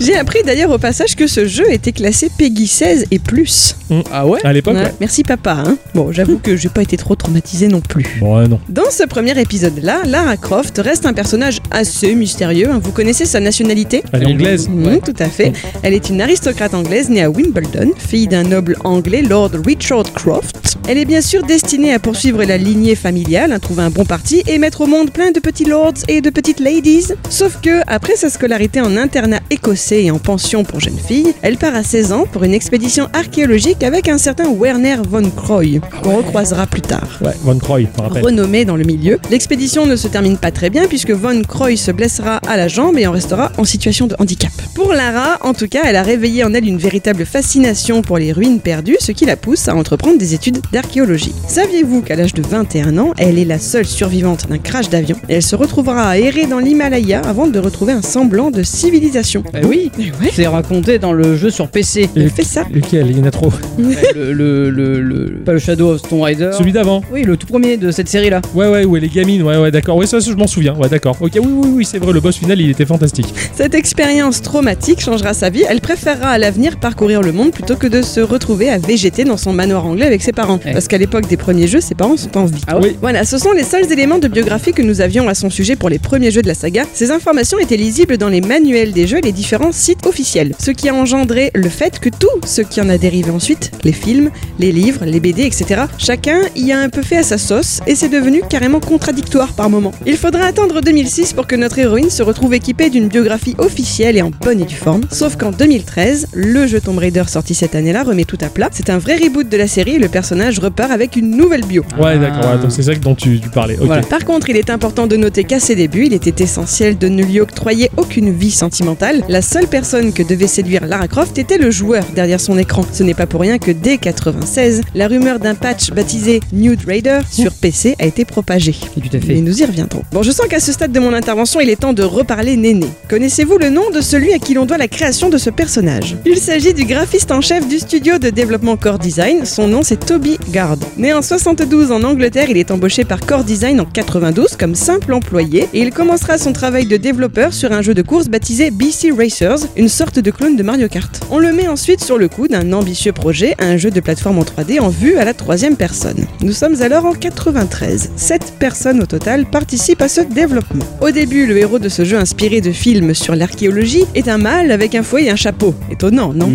A: J'ai appris d'ailleurs au passage que ce jeu était classé PEGI 16 et plus.
C: ah ouais
B: À l'époque,
A: Ouais,
B: ouais.
A: Merci papa. hein. Bon, j'avoue que j'ai pas été trop traumatisée non plus.
B: Bon, ouais, non.
A: Dans ce premier épisode-là, Lara Croft reste un personnage assez mystérieux. hein. Vous connaissez sa nationalité
B: Elle est anglaise.
A: Mhm, tout à fait. Elle est une aristocrate anglaise née à Wimbledon, fille d'un noble anglais, Lord Richard Croft. Elle est bien sûr destinée à poursuivre la lignée familiale, à trouver un bon parti et mettre au monde plein de petits lords et de petites ladies. Sauf que, après sa scolarité en internat écossais et en pension pour jeunes filles, elle part à 16 ans pour une expédition archéologique avec un certain Werner von Croy, qu'on recroisera plus tard.
B: Ouais, Von Croy, je me rappelle.
A: Renommée dans le milieu. L'expédition ne se termine pas très bien puisque Von Croy se blessera à la jambe et en restera en situation de handicap. Pour Lara, en tout cas, elle a réveillé en elle une véritable fascination pour les ruines perdues, ce qui la pousse à entreprendre des études d'archéologie. Saviez-vous qu'à l'âge de 21 ans, elle est la seule survivante d'un crash d'avion et elle se retrouvera à errer dans l'Himalaya avant de retrouver un semblant de civilisation Eh
C: Bah oui C'est raconté dans le jeu sur PC.
A: Elle fait ça
B: Lequel Il y en a trop.
C: le, le, le, le- Pas le Shadow of Tomb Raider.
B: Celui d'avant.
C: Oui, le tout premier de cette série-là.
B: Ouais, ouais, où elle est gamine, ouais, ouais, d'accord. Ouais, ça, je m'en souviens, ouais, d'accord. Ok, oui, oui, oui, c'est vrai, le boss final, il était fantastique.
A: Cette expérience traumatique changera sa vie. Elle préférera à l'avenir parcourir le monde plutôt que de se retrouver à végéter dans son manoir anglais avec ses parents.
C: Ouais.
A: Parce qu'à l'époque des premiers jeux, ses parents sont en vie.
C: Ah ouais
B: Oui.
A: Voilà, ce sont les seuls éléments de biographie que nous avions à son sujet pour les premiers jeux de la saga. Ces informations étaient lisibles dans les manuels des jeux et les différents sites officiels. Ce qui a engendré le fait que tout ce qui en a dérivé ensuite, les films, les livres, les BD, etc., chacun y a un peu fait à sa sauce et c'est devenu carrément contradictoire par moments. Il faudra attendre 2006 pour que notre héroïne se retrouve équipée d'une biographie officielle et en bonne et due forme. Sauf qu'en 2013, le jeu Tomb Raider sorti cette année-là remet tout à plat. C'est un vrai reboot de la série et le personnage repart avec une nouvelle bio.
B: Ouais, d'accord, ouais, donc c'est ça que dont tu, tu parlais. Ok.
C: Voilà.
A: Par contre, il est important de noter qu'à ses débuts, il était essentiel de ne lui octroyer aucune vie sentimentale. La seule personne que devait séduire Lara Croft était le joueur derrière son écran. Ce n'est pas pour rien que dès 96, la rumeur d'un patch baptisé Nude Raider sur PC a été propagée.
C: Et tout à
A: Mais nous y reviendrons. Bon, je sens qu'à ce stade de mon intervention, il est temps de reparler Néné. Connaissez-vous le nom de celui à qui l'on doit la création de ce personnage Il s'agit du graphiste en chef du studio de développement Core Design. Son nom, c'est Toby Gard. Né en 72 en Angleterre, il est embauché par Core Design en 92 comme simple employé et il commencera son travail de développeur sur un jeu de course baptisé BC Racers, une sorte de clone de Mario Kart. On le met ensuite sur le coup d'un ambitieux projet, un jeu de plateforme en 3D en vue à la troisième personne. Nous sommes alors en 93. Sept personnes au total participent à ce développement. Au début, le héros de ce jeu inspiré de films sur l'archéologie est un mâle avec un fouet et un chapeau. Étonnant, non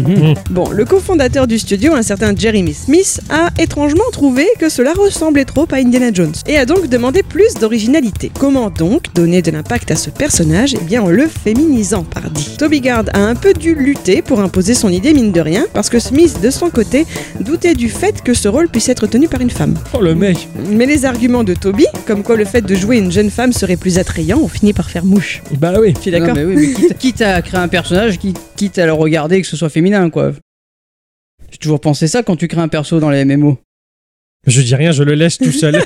A: Bon, le cofondateur du studio, un certain Jeremy Smith, a étrangement trouvé que cela ressemblait trop à Indiana Jones et a donc demandé plus d'originalité. Comment donc donner de l'impact à ce personnage Eh bien en le féminisant, pardi. Toby Gard a un peu dû lutter pour imposer son idée mine de rien, parce que Smith, de son côté, doutait du fait que ce rôle puisse être tenu par une femme.
B: Oh, le mec
A: Mais les arguments de Toby, comme quoi le fait de jouer une jeune femme serait plus attrayant, ont fini par faire mouche.
B: Bah oui.
A: Tu es d'accord
C: Non, Ah, mais oui, mais quitte, quitte à créer un personnage, qui- quitte à le regarder et que ce soit féminin, quoi. J'ai toujours pensé ça quand tu crées un perso dans les MMO.
B: <laughs> Je dis rien, je le laisse tout seul.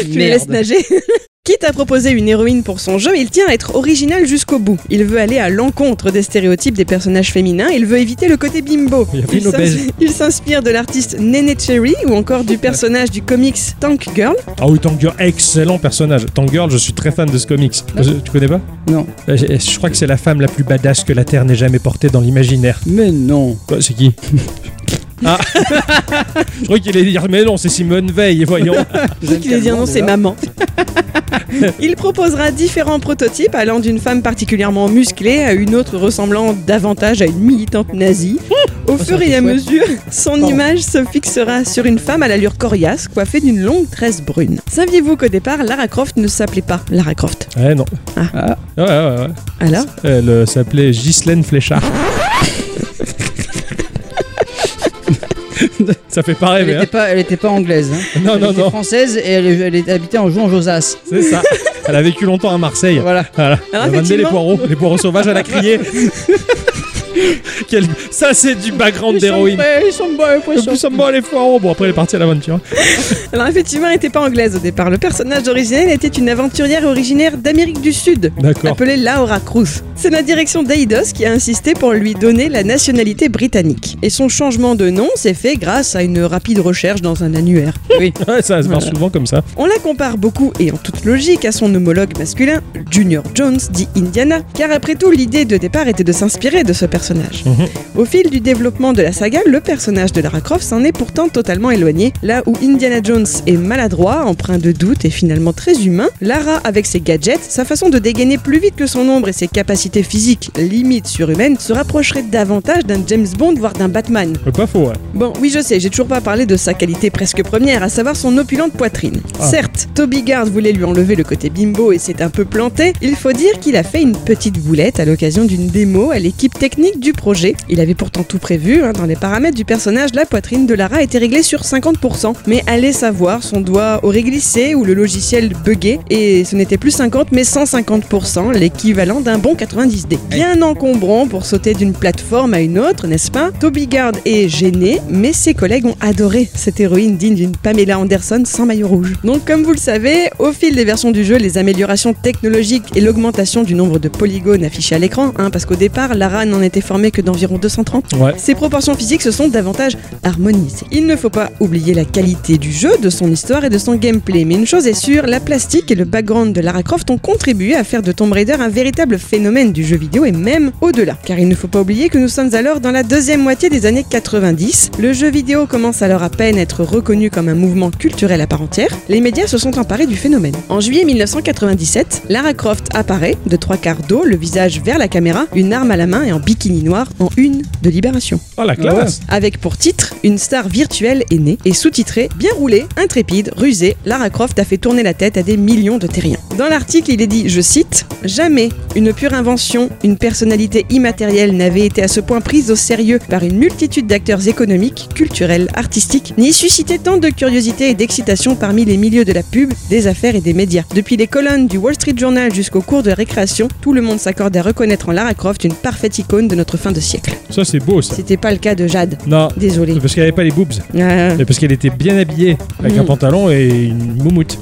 A: Tu les laisses nager <laughs> Quitte à proposer une héroïne pour son jeu, il tient à être original jusqu'au bout. Il veut aller à l'encontre des stéréotypes des personnages féminins, il veut éviter le côté bimbo.
B: Il y a plus
A: Il
B: une obèse.
A: s'ins- il s'inspire de l'artiste Nene Cherry ou encore
B: <laughs>
A: du personnage du comics Tank Girl.
B: Ah oui, Tank Girl, excellent personnage. Tank Girl, je suis très fan de ce comics. Euh, Tu connais pas
C: Non.
B: Euh, Je je crois que c'est la femme la plus badass que la Terre n'ait jamais portée dans l'imaginaire.
C: Mais non.
B: Quoi, C'est qui <laughs> Ah <laughs> Je crois qu'il allait dire, mais non, c'est Simone Veil, voyons.
A: Qui qu'il ait dit non, c'est maman. <laughs> Il proposera différents prototypes allant d'une femme particulièrement musclée à une autre ressemblant davantage à une militante nazie.
C: Oh,
A: Au fur et à mesure, son image se fixera sur une femme à l'allure coriace, coiffée d'une longue tresse brune. Saviez-vous qu'au départ, Lara Croft ne s'appelait pas Lara Croft
B: Ouais, non.
C: Ah.
B: Ouais, ouais, ouais.
A: Alors
B: Elle euh, s'appelait Ghislaine
C: <laughs>
B: Fléchard. Ça fait pas
C: Elle
B: rêver, hein
C: n'était pas, elle était pas anglaise. hein.
B: Non,
C: elle
B: non,
C: était
B: non.
C: française et elle, elle est- habitait en jouant en Josas.
B: C'est ça. Elle a vécu longtemps à Marseille.
C: Voilà.
B: Voilà.
A: Alors,
B: Elle a ramené les
A: effectivement-
B: poireaux, les poireaux sauvages, elle a
C: <laughs>
B: crié. Quel- Ça, c'est du background d'héroïne.
C: prêts, ils sont bons, les
B: Le plus seulement les poireaux. Bon, après, elle est partie à
C: <laughs>
B: l'aventure.
A: Alors effectivement, elle n'était pas anglaise au départ. Le personnage originel était une aventurière originaire d'Amérique du Sud.
B: D'accord.
A: appelée Laura Cruz. C'est la direction d'Eidos qui a insisté pour lui donner la nationalité britannique. Et son changement de nom s'est fait grâce à une rapide recherche dans un annuaire.
C: Oui.
B: Ouais, ça se marche souvent comme ça.
A: On la compare beaucoup et en toute logique à son homologue masculin, Junior Jones, dit Indiana, car après tout l'idée de départ était de s'inspirer de ce personnage. Au fil du développement de la saga, le personnage de Lara Croft s'en est pourtant totalement éloigné. Là où Indiana Jones est maladroit, empreint de doute et finalement très humain, Lara, avec ses gadgets, sa façon de dégainer plus vite que son ombre et ses capacités physiques limites surhumaines, se rapprocherait davantage d'un James Bond, voire d'un Batman.
B: Euh, Pas faux, ouais.
A: Bon, oui, je sais, j'ai toujours pas parlé de sa qualité presque première, à savoir son opulente poitrine.
B: Ah.
A: Certes, Toby Gard voulait lui enlever le côté bimbo et s'est un peu planté. Il faut dire qu'il a fait une petite boulette à l'occasion d'une démo à l'équipe technique du projet. Il avait pourtant tout prévu, hein, dans les paramètres du personnage, la poitrine de Lara était réglée sur 50%. Mais allez savoir, son doigt aurait glissé ou le logiciel buggé, et ce n'était plus 50 mais 150%, l'équivalent d'un bon 90D. Bien encombrant pour sauter d'une plateforme à une autre, n'est-ce pas Toby Gard est gêné, mais ses collègues ont adoré cette héroïne digne d'une Pamela Anderson sans maillot rouge. Donc comme vous le savez, au fil des versions du jeu, les améliorations technologiques et l'augmentation du nombre de polygones affichés à l'écran, hein, parce qu'au départ, Lara n'en était formée que d'environ 230,
B: Ouais.
A: ses proportions physiques se sont davantage harmonisées. Il ne faut pas oublier la qualité du jeu, de son histoire et de son gameplay, mais une chose est sûre, la plastique et le background de Lara Croft ont contribué à faire de Tomb Raider un véritable phénomène du jeu vidéo et même au-delà. Car il ne faut pas oublier que nous sommes alors dans la deuxième moitié des années 90. Le jeu vidéo commence alors à peine à être reconnu comme un mouvement culturel à part entière. Les médias se sont emparés du phénomène. En juillet 1997, Lara Croft apparaît, de trois quarts d'eau, le visage vers la caméra, une arme à la main et en bikini noir, en une de libération
B: Oh, la classe.
A: avec pour titre Une star virtuelle est née et sous-titré Bien roulée, intrépide, rusée, Lara Croft a fait tourner la tête à des millions de terriens. Dans l'article, il est dit, je cite, Jamais une pure invention, une personnalité immatérielle n'avait été à ce point prise au sérieux par une multitude d'acteurs économiques, culturels, artistiques, ni suscité tant de curiosité et d'excitation parmi les milieux de la pub, des affaires et des médias. Depuis les colonnes du Wall Street Journal jusqu'au cours de la récréation, tout le monde s'accorde à reconnaître en Lara Croft une parfaite icône de notre fin de siècle.
B: Ça, c'est beau, ça.
A: C'était pas le cas de Jade.
B: Non.
A: Désolé.
B: Parce qu'elle avait pas les boobs.
A: Euh,
B: Mais parce qu'elle était bien habillée, avec un
A: Mm.
B: pantalon et une
C: <laughs>
B: moumoute.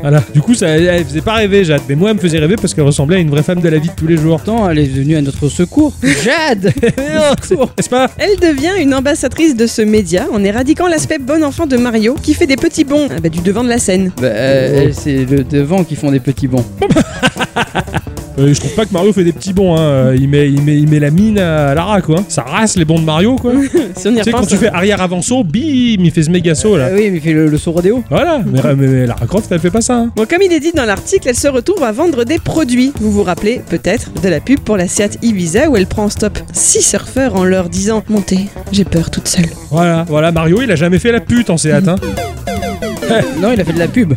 B: voilà. Du coup, ça, elle faisait pas rêver, Jade. Mais moi, elle me faisait rêver parce qu'elle ressemblait à une vraie femme de la vie de tous les jours.
C: Pourtant, elle est venue à notre secours. <laughs> Jade
B: <laughs> N'est-ce pas
A: Elle devient une ambassadrice de ce média en éradiquant l'aspect bon enfant de Mario qui fait des petits bonds ah bah, du devant de la scène. <laughs>
C: Bah, euh, elle, C'est le devant qui font des petits bons.
B: Euh, Je trouve pas que Mario fait des petits bons. Hein. Euh, Il, met, il, met, il met la mine à Lara, quoi. Ça rase les bons de Mario,
C: <laughs>
B: quoi. tu
A: Si on y
B: sais, quand
A: repense,
B: tu fais arrière-avant-saut, bim, il fait ce méga saut, là.
C: Ah oui, mais il fait le, le saut rodéo.
B: Voilà. Mais, euh, mais- mais Lara Croft, elle fait pas ça. hein.
A: Bon, comme il est dit dans l'article, elle se retrouve à vendre des produits. Vous vous rappelez peut-être de la pub pour la Seat Ibiza où elle prend en stop six surfeurs en leur disant Montez, j'ai peur toute seule.
B: Voilà. Voilà, Mario, il a jamais fait la pute en Seat,
C: <laughs>
B: hein.
C: Non, il a fait de la pub.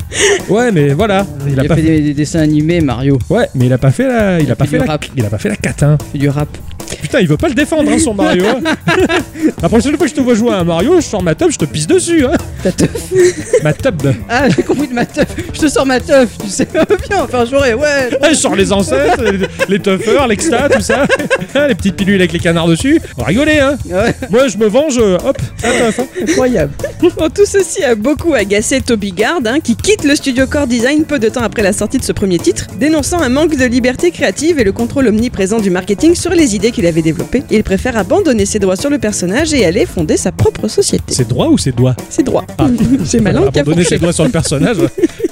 B: Ouais, mais voilà. Il
C: Il
B: a,
C: a,
B: pas
C: fait
B: fait.
C: des, des dessins animés, Mario.
B: Ouais, mais il a pas fait la. Il,
C: Il
B: a pas fait
C: fait du
B: la. hein.
C: rap.
B: Il a pas fait la catin.
C: Il fait du rap.
B: Putain, il veut pas le défendre, hein, son Mario. hein. La prochaine fois que je te vois jouer à un Mario, je sors ma teub, je te pisse dessus. Hein.
C: Ta teuf.
B: Ma teub.
C: Ah, j'ai compris de ma teuf. Je te sors ma teuf, tu sais. Viens, enfin, j'aurais, ouais.
B: Ah, <laughs> je sors les ancêtres, les- les teufeurs, l'exta, tout ça. <laughs> Ah, Les petites pilules avec les canards dessus. On va rigoler, hein.
C: Ouais,
B: Moi, je me venge, euh, hop, la teuf. hein.
C: incroyable.
A: Bon, tout ceci a beaucoup agacé Toby Gard, hein, qui quitte le studio Core Design peu de temps après la sortie de ce premier titre, dénonçant un manque de liberté créative et le contrôle omniprésent du marketing sur les idées qu'il avait développées. Il préfère abandonner ses droits sur le personnage et aller fonder sa propre société.
B: C'est droit ou c'est doigt
A: C'est droit.
B: Ah.
A: J'ai
C: Bah
A: ma langue qui a
B: Abandonner
A: fourché.
B: ses doigts sur le personnage.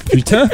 B: Putain.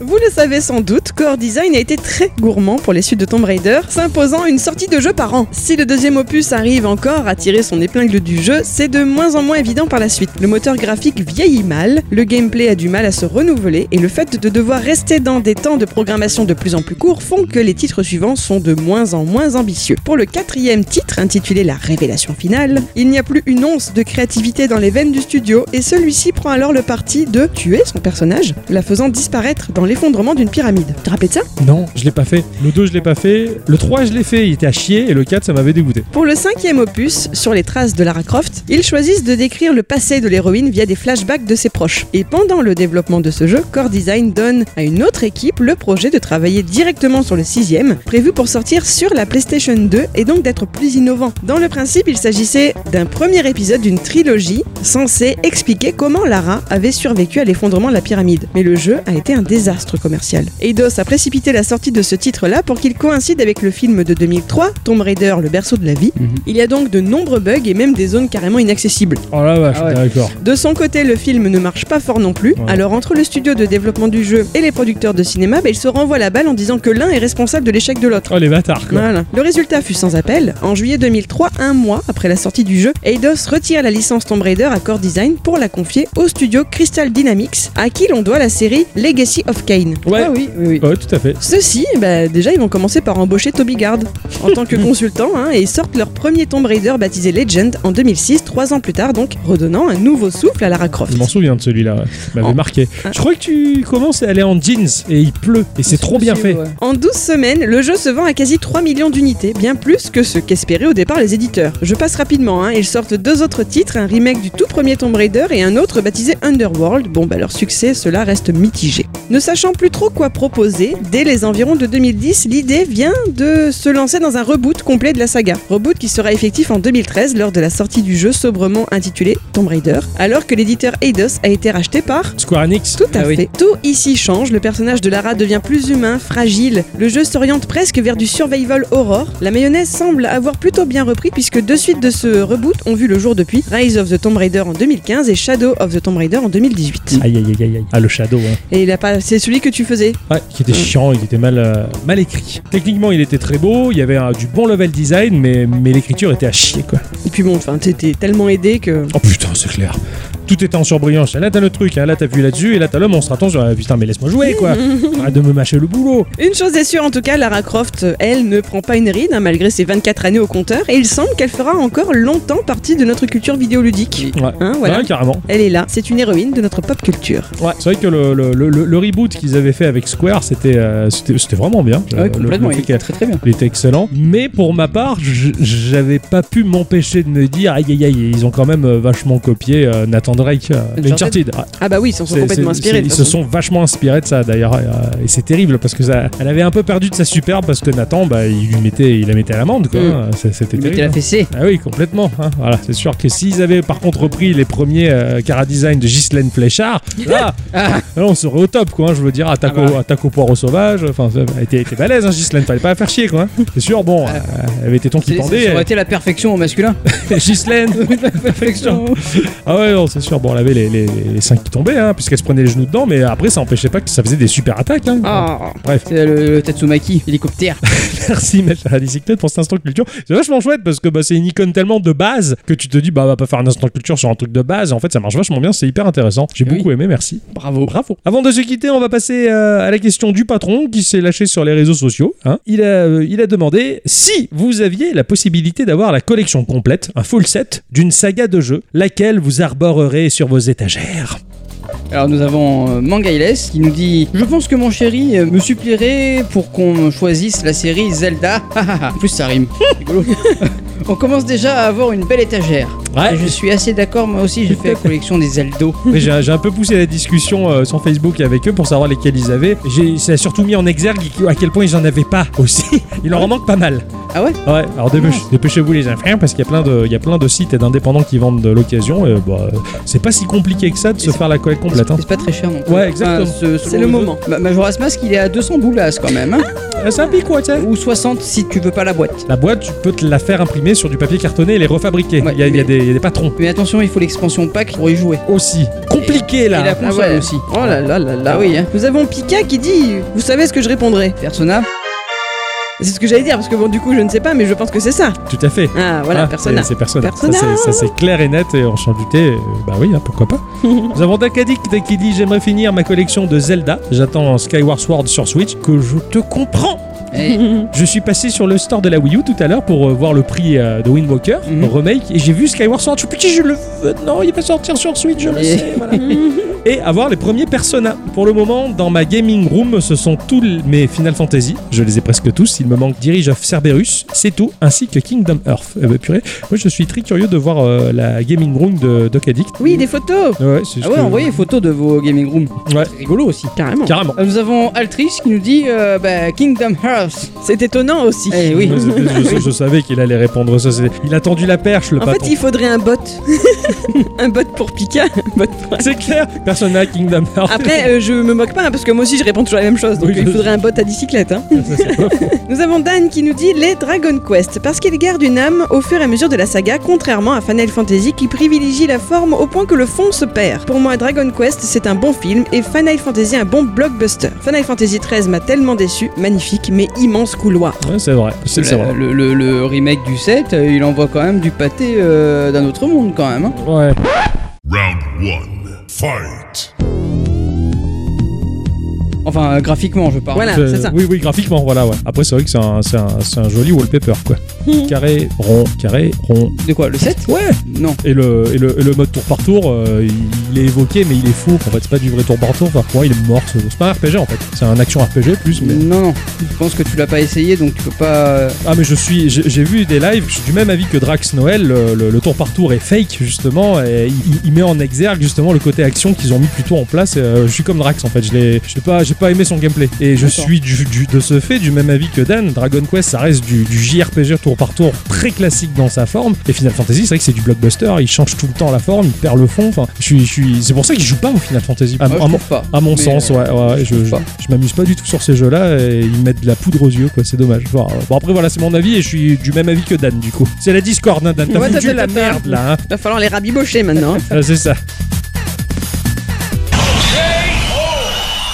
A: Vous le savez sans doute, Core Design a été très gourmand pour les suites de Tomb Raider, s'imposant une sortie de jeu par an. Si le deuxième opus arrive encore à tirer son épingle du jeu, c'est de moins en moins évident par la suite. Le moteur graphique vieillit mal, le gameplay a du mal à se renouveler, et le fait de devoir rester dans des temps de programmation de plus en plus courts font que les titres suivants sont de moins en moins ambitieux. Pour le quatrième titre, intitulé La Révélation Finale, il n'y a plus une once de créativité dans les veines du studio, et celui-ci prend alors le parti de tuer son personnage, la faisant disparaître dans l'effondrement d'une pyramide. Tu te rappelles de ça
B: Non, je l'ai pas fait. Le 2, je l'ai pas fait. Le 3, je l'ai fait. Il était à chier. Et le 4, ça m'avait dégoûté.
A: Pour le cinquième opus, sur les traces de Lara Croft, ils choisissent de décrire le passé de l'héroïne via des flashbacks de ses proches. Et pendant le développement de ce jeu, Core Design donne à une autre équipe le projet de travailler directement sur le sixième, prévu pour sortir sur la PlayStation 2 et donc d'être plus innovant. Dans le principe, il s'agissait d'un premier épisode d'une trilogie censée expliquer comment Lara avait survécu à l'effondrement de la pyramide. Mais le jeu a été un désastre commercial. Eidos a précipité la sortie de ce titre-là pour qu'il coïncide avec le film de 2003, Tomb Raider, le berceau de la vie, il y a donc de nombreux bugs et même des zones carrément inaccessibles.
B: Oh la vache,
C: Ah ouais.
B: d'accord.
A: De son côté, le film ne marche pas fort non plus.
B: Ouais.
A: Alors entre le studio de développement du jeu et les producteurs de cinéma, bah, ils se renvoient la balle en disant que l'un est responsable de l'échec de l'autre.
B: Oh les bâtards, quoi.
A: Voilà. Le résultat fut sans appel. En juillet 2003, un mois après la sortie du jeu, Eidos retire la licence Tomb Raider à Core Design pour la confier au studio Crystal Dynamics, à qui l'on doit la série Legacy of Kane.
B: Ouais.
C: Ah oui, oui, oui.
B: Ouais, tout à fait.
A: Ceux-ci, bah, déjà, ils vont commencer par embaucher Toby Gard en tant que consultant hein, et ils sortent leur premier Tomb Raider baptisé Legend en 2006, trois ans plus tard donc, redonnant un nouveau souffle à Lara Croft.
B: Je m'en souviens de celui-là. ouais. Il m'avait
A: Oh.
B: marqué.
A: Ah.
B: Je crois que tu commences à aller en jeans et il pleut. Et c'est trop bien fait.
C: Ouais.
A: En 12 semaines, le jeu se vend à quasi 3 millions d'unités, bien plus que ce qu'espéraient au départ les éditeurs. Je passe rapidement, hein, ils sortent deux autres titres, un remake du tout premier Tomb Raider et un autre baptisé Underworld. Bon, bah leur succès, cela reste mitigé. Ne sachant plus trop quoi proposer, dès les environs de 2010, l'idée vient de se lancer dans un reboot complet de la saga. Reboot qui sera effectif en 2013 lors de la sortie du jeu sobrement intitulé Tomb Raider, alors que l'éditeur Eidos a été racheté par
B: Square Enix.
A: tout à
C: Ah
A: fait.
C: oui.
A: Tout ici change, le personnage de Lara devient plus humain, fragile. Le jeu s'oriente presque vers du survival horror. La mayonnaise semble avoir plutôt bien repris puisque deux suites de ce reboot ont vu le jour depuis Rise of the Tomb Raider en 2015 et Shadow of the Tomb Raider en
C: Mm.
A: 2018.
B: Aïe aïe aïe aïe aïe. Ah le Shadow hein.
A: Et il a pas c'est celui que tu faisais.
B: Ouais, qui
A: Mm.
B: était chiant, il était mal, euh, mal écrit. Techniquement il était très beau, il y avait euh, du bon level design, mais, mais l'écriture était à chier quoi.
A: Et puis bon, enfin t'étais tellement aidé que
B: Oh putain c'est clair. Tout était en surbrillance. Là t'as le truc, hein. là t'as vu là-dessus, et là t'as l'homme, on se rattend sur ah, putain mais laisse-moi jouer
A: <laughs>
B: quoi. Arrête de me mâcher le boulot.
A: Une chose est sûre en tout cas, Lara Croft, euh, elle, ne prend pas une ride hein, malgré ses 24 années au compteur et il semble qu'elle fera encore longtemps partie de notre culture vidéoludique.
B: Ouais.
A: Hein, voilà.
B: Ouais, carrément.
A: Elle est là, c'est une héroïne de notre pop culture.
B: Ouais. C'est vrai que le, le- le- le- le reboot qu'ils avaient fait avec Square, c'était euh, c'était c'était vraiment bien.
C: Ah
B: Euh,
C: ouais,
B: le-
C: complètement,
B: le
C: il
B: fait
C: était
B: qu'elle-
C: très très bien.
B: Il était excellent. Mais pour ma part, j- j'avais pas pu m'empêcher de me dire aïe aïe aïe, ils ont quand même euh, vachement copié euh, Nathan Drake, euh,
C: Uncharted.
B: Uncharted. Ah,
A: Ah bah oui, ils s'en sont
B: c'est-
A: complètement
B: c'est-
A: inspirés. de
B: Ils
A: toute
B: se
A: façon.
B: sont vachement inspirés de ça d'ailleurs. Et, euh, et c'est terrible parce que ça, elle avait un peu perdu de sa superbe parce que Nathan, bah, il, lui mettait, il la mettait à l'amende. quoi. hein,
C: Mm.
B: C'est- C'était
C: Il mettait
B: terrible.
C: la fessée.
B: Ah oui, complètement. hein. Voilà, c'est sûr que s'ils avaient par contre repris les premiers euh, chara-design de Ghislaine
C: <laughs>
B: Fléchard, là, là, on serait au top, quoi. hein. je veux dire, attaque,
C: Ah bah.
B: au, attaque au poireau sauvage. Enfin, ça- elle était, elle était balèze, hein, Ghislaine, fallait pas la faire chier, quoi. hein. C'est sûr, bon, euh, elle avait tes tons qui
C: Ah. C'est- Ça aurait
B: pendaient.
C: été la perfection au masculin.
B: euh, <laughs> Ghislaine, perfection. Ah ouais, non, c'est sûr, bon, elle avait les, les, les seins qui tombaient, hein, puisqu'elle se prenait les genoux dedans, mais après, ça empêchait pas que ça faisait des super attaques. hein.
A: Ah.
C: C'est le, le Tatsumaki, hélicoptère.
B: <laughs> Merci, ma chère bicyclette, pour cet instant culture. C'est vachement chouette parce que bah, c'est une icône tellement de base que tu te dis, bah, on va pas faire un instant culture sur un truc de base. En fait, ça marche vachement bien, c'est hyper intéressant. J'ai
C: Eh Oui.
B: beaucoup aimé, merci.
C: Bravo.
B: Bravo. Avant de se quitter, on va passer euh, à la question du patron qui s'est lâché sur les réseaux sociaux. hein. Il, a, euh, il a demandé si vous aviez la possibilité d'avoir la collection complète, un full set, d'une saga de jeux, laquelle vous arborerez sur vos étagères.
C: Alors nous avons euh, Mangailes qui nous dit Je pense que mon chéri euh, me supplierait pour qu'on choisisse la série Zelda. <laughs> Ah, en plus ça rime. <laughs> Rigolo. On commence déjà à avoir une belle étagère.
B: Ouais.
C: Et je suis assez d'accord, moi aussi j'ai fait la collection des Zeldos.
B: Mais j'ai j'ai un peu poussé la discussion euh, sur Facebook avec eux pour savoir lesquels ils avaient. J'ai- Ça a surtout mis en exergue à quel point ils en avaient pas aussi. <laughs> Il en remanque pas mal.
C: Ah ouais
B: Ouais, alors dépêche- dépêchez-vous les enfants parce qu'il y, a plein de- il y a plein de sites et d'indépendants qui vendent de l'occasion. et, bah, euh, c'est pas si compliqué que ça de se
C: c'est-
B: faire la collecte complète. hein.
C: C'est pas très cher non plus.
B: Ouais, exactement.
C: ce- selon
A: C'est le
C: les
A: moment.
C: deux. Ma- Majora's Mask il est à 200 boulas quand même. hein.
B: Ah, C'est un pic, ouais, tu sais.
C: Ou 60 si tu veux pas la boîte.
B: La boîte, tu peux te la faire imprimer sur du papier cartonné et les refabriquer.
C: Ouais,
B: il, y a, il y a
C: mais-
B: des, il y a des patrons
C: Mais attention, il faut l'expansion pack pour y jouer.
B: aussi. Compliqué
C: Et la ah
B: là.
C: console aussi.
A: Oh là là là là.
C: Ah oui, hein.
A: Nous avons Pika qui dit Vous savez ce que je répondrai
C: Persona
A: C'est ce que j'allais dire, parce que bon, du coup, je ne sais pas, mais je pense que c'est ça.
B: Tout à fait.
A: Ah, voilà,
B: Ah,
A: Persona.
B: C'est c'est Persona. Ça,
A: Persona.
B: c'est- Ça c'est clair et net et on s'en doutait. euh, Bah oui, hein,
A: <laughs>
B: pourquoi pas. Nous avons Dakadik qui dit J'aimerais finir ma collection de Zelda. J'attends Skyward Sword sur Switch. Que je te comprends
C: Eh,
B: Je suis passé sur le store de la Wii U tout à l'heure pour euh, voir le prix euh, de Wind Walker,
C: Mhm.
B: le remake, et j'ai vu Skyward Sword. Je suis petit, je le veux. Non, il va sortir sur Switch, je le
C: Et-
B: sais.
C: <laughs>
B: voilà. et avoir les premiers Persona. Pour le moment, dans ma gaming room, ce sont tous l- mes Final Fantasy. Je les ai presque tous. Il me manque Dirige of Cerberus, c'est tout, ainsi que Kingdom Earth. Eh ben, purée, moi je suis très curieux de voir euh, la gaming room de Doc Addict.
A: Oui, des photos
B: Ouais, c'est ce
C: Ah ouais,
B: que-
C: envoyez photos de vos gaming rooms.
B: Ouais.
C: C'est rigolo aussi.
A: Carrément.
B: Carrément.
C: Ah, Nous avons Altrice qui nous dit euh, bah, Kingdom Hearts.
A: C'est étonnant aussi.
C: Eh oui.
B: Moi, je, je- je savais qu'il allait répondre ça. c'est- Il a tendu la perche, le
A: En
B: patron.
A: fait, il faudrait un bot. <laughs> un bot pour Pika. un bot
B: <laughs>
A: pour-
B: C'est clair. Persona, Kingdom Hearts.
A: Après, euh, je me moque pas, hein, parce que moi aussi, je réponds toujours la même chose. Donc,
B: Oui,
A: il
B: je-
A: faudrait un bot à bicyclette. hein.
B: Ça, c'est pas faux.
A: Nous avons Dan qui nous dit les Dragon Quest, parce qu'ils gardent une âme au fur et à mesure de la saga, contrairement à Final Fantasy qui privilégie la forme au point que le fond se perd. Pour moi, Dragon Quest, c'est un bon film et Final Fantasy un bon blockbuster. Final Fantasy XIII m'a tellement déçu, magnifique mais immense couloir.
B: Ouais, c'est vrai. C'est c'est
C: Le,
B: vrai.
C: le- le- le remake du 7, euh, il envoie quand même du pâté euh, d'un autre monde quand même. hein.
B: Ouais.
H: Round one, fight.
C: Enfin, euh, graphiquement, je parle.
A: Voilà,
B: Je-
A: c'est ça.
B: Oui, oui, graphiquement, voilà, ouais. Après, c'est vrai que c'est un, c'est un, c'est un joli wallpaper, quoi.
A: Hmm.
B: carré, rond, carré, rond.
C: De quoi Le 7
B: Ouais
C: Non.
B: et le, et, le, et le mode tour par tour, euh, il est évoqué, mais il est fou. En fait, c'est pas du vrai tour par tour. Enfin, pour moi, il est mort. C'est c'est pas un RPG, en fait. C'est un action RPG, plus, mais...
C: Non, non. Je pense que tu l'as pas essayé, donc tu peux pas. euh,
B: Ah, mais je suis... J'ai j'ai vu des lives, je suis du même avis que Drax Noël. Le, le- le tour par tour est fake, justement. Et il, il met en exergue, justement, le côté action qu'ils ont mis plutôt en place. Euh, je suis comme Drax, en fait. Je l'ai... J'ai pas, j'ai pas aimé son gameplay. Et je
C: D'accord.
B: suis, du, du- de ce fait, du même avis que Dan. Dragon Quest, ça reste du, du JRPG tour par tour, très classique dans sa forme. Et Final Fantasy, c'est vrai que c'est du blockbuster. Il change tout le temps la forme, il perd le fond. Enfin, je suis... je suis... C'est pour ça qu'il joue pas au Final Fantasy. Ah, À,
C: Ah, moi,
B: à
C: je
B: mon-
C: trouve pas.
B: à mon
C: Mais,
B: sens,
C: euh,
B: ouais, ouais,
C: je
B: je,
C: trouve
B: je-
C: pas.
B: je m'amuse pas du tout sur ces jeux-là et ils mettent de la poudre aux yeux, quoi, c'est dommage. Bon, euh, bon, après, voilà, c'est mon avis et je suis du même avis que Dan, du coup. C'est la Discord, hein, Dan, t'as
A: Ouais,
B: foutu
A: t'as-
B: la
A: t'as-
B: merde, là, hein.
A: Va falloir les rabibocher <laughs> maintenant. hein.
B: Ah, c'est ça.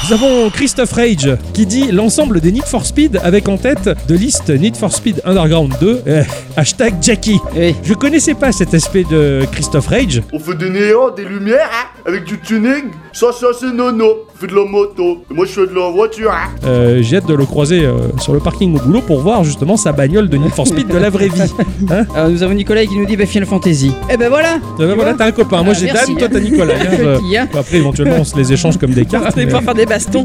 B: Nous avons Christophe Rage qui dit l'ensemble des Need for Speed avec en tête de liste Need for Speed Underground 2, euh, hashtag Jackie.
C: Eh,
B: Je connaissais pas cet aspect de Christophe Rage.
I: On fait des néons, des lumières, hein, avec du tuning. Ça, ça, c'est nono. On fait de la moto. Et moi, je fais de la voiture, hein.
B: Euh, J'ai hâte de le croiser euh, sur le parking au boulot pour voir justement sa bagnole de Need for Speed de la vraie vie.
C: euh, alors, nous avons Nicolas qui nous dit bah, Final Fantasy. <laughs> Eh ben voilà
B: Ah bah voilà,
C: vois
B: t'as un copain. Moi
C: Ah,
B: j'ai
C: merci.
B: Dan, toi t'as Nicolas.
C: <laughs>
B: hein, je-
C: Petit, hein.
B: Bah, Après, éventuellement, on se les échange comme des cartes.
A: On va
B: mais,
A: pouvoir faire des
B: <laughs>
A: bastons.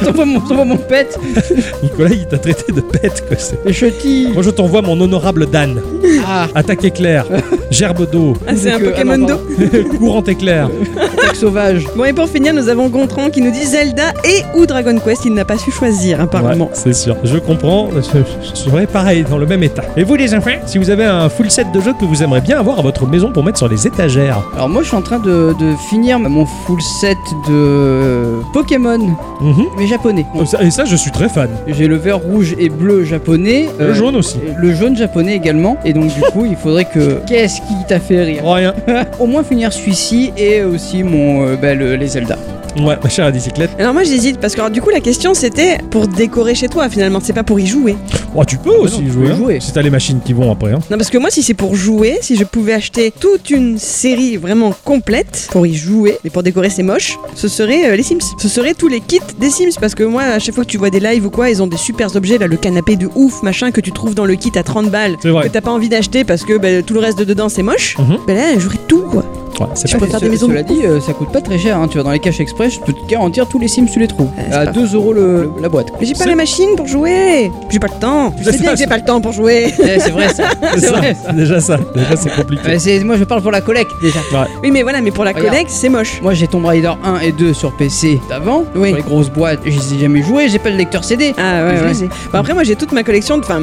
C: Je t'envoie mon, je t'envoie mon pet
B: euh, Nicolas, il t'a traité de bête. Quoi. c'est-
C: Et je t'y-
B: Moi, je t'envoie mon honorable Dan.
C: Ah
B: Attaque éclair, gerbe d'eau, <laughs>
A: Ah, c'est un
C: Donc, euh, ah
A: Pokémon
C: non,
A: d'eau.
B: hein. courant éclair.
C: Attaque sauvage
A: Bon, et pour finir, nous avons Gontran qui nous dit Zelda et ou Dragon Quest. Il n'a pas su choisir, apparemment.
B: Ouais, c'est sûr. Je comprends. Je, je- je serais pareil, dans le même état. Et vous, les enfants, si vous avez un full set de jeux que vous aimeriez bien avoir à votre maison pour mettre sur les étagères.
C: Alors moi je suis en train de, de finir mon full set de euh, Pokémon,
B: Mhm.
C: mais japonais.
B: Oh, ça- Et ça, je suis très fan.
C: J'ai le vert, rouge et bleu japonais.
B: Le
C: euh,
B: jaune aussi.
C: Le jaune japonais également. Et <laughs> donc du coup il faudrait que... Qu'est-ce qui t'a fait rire
B: Oh, Rien.
C: <laughs> Au moins finir celui-ci et aussi mon... euh, bah, le- les Zelda.
B: Ouais, ma chère à bicyclette.
A: Alors moi j'hésite parce que alors, du coup la question c'était pour décorer chez toi finalement, c'est pas pour y jouer.
B: Oh, tu peux aussi
C: non, tu
B: jouer.
C: peux
B: hein,
C: jouer.
B: Si t'as les machines qui vont après. hein.
A: Non parce que moi si c'est pour jouer, si je pouvais acheter toute une série vraiment complète pour y jouer, mais pour décorer c'est moche, ce serait euh, les Sims. Ce serait tous les kits des Sims parce que moi à chaque fois que tu vois des lives ou quoi, ils ont des super objets là, le canapé de ouf, machin que tu trouves dans le kit à 30 balles.
B: C'est vrai.
A: ben, Que t'as pas envie d'acheter parce que bah, tout le reste de dedans c'est moche,
B: Mhm.
A: bah là j'aurais tout quoi.
B: Voilà, c'est
C: Je
B: pas
C: peux faire des maisons. Cela dit, euh, ça coûte pas très cher. hein. Tu vas dans les caches express, je peux te garantir tous les Sims, tu les trouves.
A: Ouais, c'est
C: à
A: pas
C: 2 euros le- la boîte.
A: Mais j'ai pas la machine pour jouer J'ai pas le temps Je sais bien que j'ai pas le temps pour
B: <laughs>
A: jouer
C: Ouais, c'est vrai, <laughs> ça. c'est
B: ça,
C: vrai.
B: déjà ça, déjà c'est compliqué.
C: Ouais, c'est- moi, je parle pour la collecte déjà.
A: Oui, mais voilà, mais pour la
C: Regarde.
A: collecte, c'est moche.
C: Moi j'ai Tomb Raider 1 et 2 sur PC d'avant,
A: Oui.
C: sur les grosses boîtes, je les ai jamais joué, j'ai pas de lecteur CD.
A: Ah ouais,
C: Je
A: ouais.
C: les ai.
A: Bon, après, moi j'ai toute ma collection, de- enfin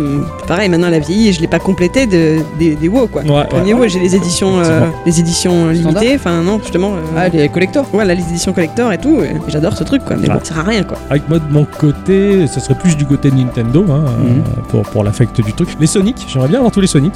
A: pareil, maintenant la vieillie, je l'ai pas complétée de, des, des WoW quoi.
B: Ouais, ouais.
A: Premier WoW, j'ai les éditions, euh,
B: Effectivement.
A: les éditions
C: Standard.
A: limitées, enfin non, justement. euh,
C: Ah, les collecteurs
A: Voilà, les éditions collector et tout, euh, j'adore ce truc quoi, mais
B: Ouais.
A: bon, ça sert à rien quoi.
B: Avec moi de mon côté, ce serait plus du côté de Nintendo hein,
C: Mhm.
B: euh, pour, pour l'affect du truc. Les Sonic, j'aimerais bien avoir tous les Sonic.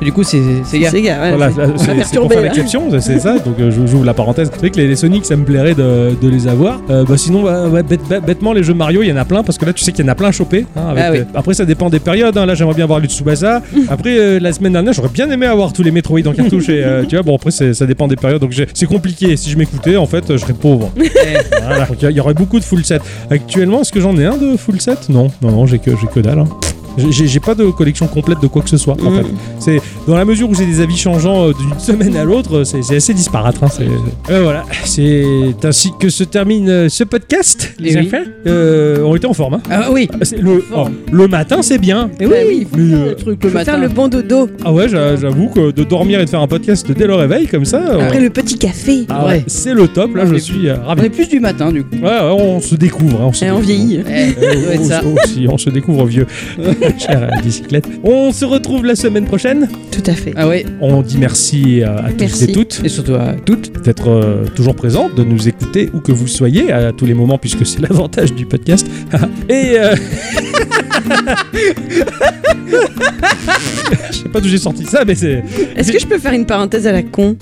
C: Du coup, c'est c'est gars.
A: C'est gars, ouais,
B: Voilà,
A: Bah, c'est-
B: c'est-
A: on va
B: c'est c'est pour
A: perturber, hein.
B: faire
A: là.
B: l'exception, c'est- c'est ça. Donc euh, je- j'ouvre la parenthèse. C'est vrai que les, les Sonic, ça me plairait de, de les avoir. Euh, bah, sinon, bah, ouais, bête- bête- bêtement, les jeux Mario, il y en a plein parce que là, tu sais qu'il y en a plein à choper. hein, avec,
C: Ah oui.
B: euh, après, ça dépend des périodes. hein. Là, j'aimerais bien avoir Tsubasa. Après, euh, la semaine dernière, j'aurais bien aimé avoir tous les Metroid en cartouche. et euh, tu vois, bon, après, c'est- ça dépend des périodes. Donc j'ai- c'est compliqué. Si je m'écoutais, en fait, euh, je serais pauvre. Voilà. Donc, Il y, il y aurait beaucoup de full set. Actuellement, est-ce que j'en ai un de full set Non, non, non, j'ai que, j'ai que dalle. hein. J'ai- J'ai j'ai pas de collection complète de quoi que ce soit. En
A: Mm.
B: fait. C'est dans la mesure où j'ai des avis changeants euh, d'une <laughs> semaine à l'autre, euh, c'est c'est assez disparate. hein, c'est- Euh, voilà, c'est ainsi que se termine euh, ce podcast.
C: Eh oui.
B: enfants. Euh, on était en forme. hein.
C: Ah oui
B: Ah, c'est Le, oh, le matin, c'est bien.
C: Mais
A: oui,
C: oui, il faut
B: mais,
C: faire
B: euh,
C: le truc le
A: Faut
C: matin.
A: faire le bon dodo,
B: Ah ouais, j'a- j'avoue que de dormir et de faire un podcast dès le réveil comme ça, euh,
A: après le petit café,
B: ah
C: ouais.
B: ouais, c'est le top. Là,
C: On
B: je
C: est-
B: suis euh,
C: On
B: ravi.
C: est plus du matin du coup.
B: Ouais, ouais, on se découvre. hein, se
A: et on
B: découvre.
A: vieillit.
C: Eh, ça doit être
B: Oh,
C: ça.
B: oh, si, on se découvre
C: <laughs>
B: vieux, chère euh, bicyclette. On se retrouve la semaine prochaine.
A: Tout à fait.
C: Ah ouais,
B: On dit merci euh, à tous
A: Merci.
B: et toutes.
C: et surtout à toutes.
B: d'être euh, toujours présente, de nous écouter où que vous soyez à tous les moments puisque c'est <laughs> l'avantage du podcast. <laughs> Et euh, <laughs> je sais pas d'où j'ai sorti ça, mais c'est
A: Est-ce que je peux faire une parenthèse à la con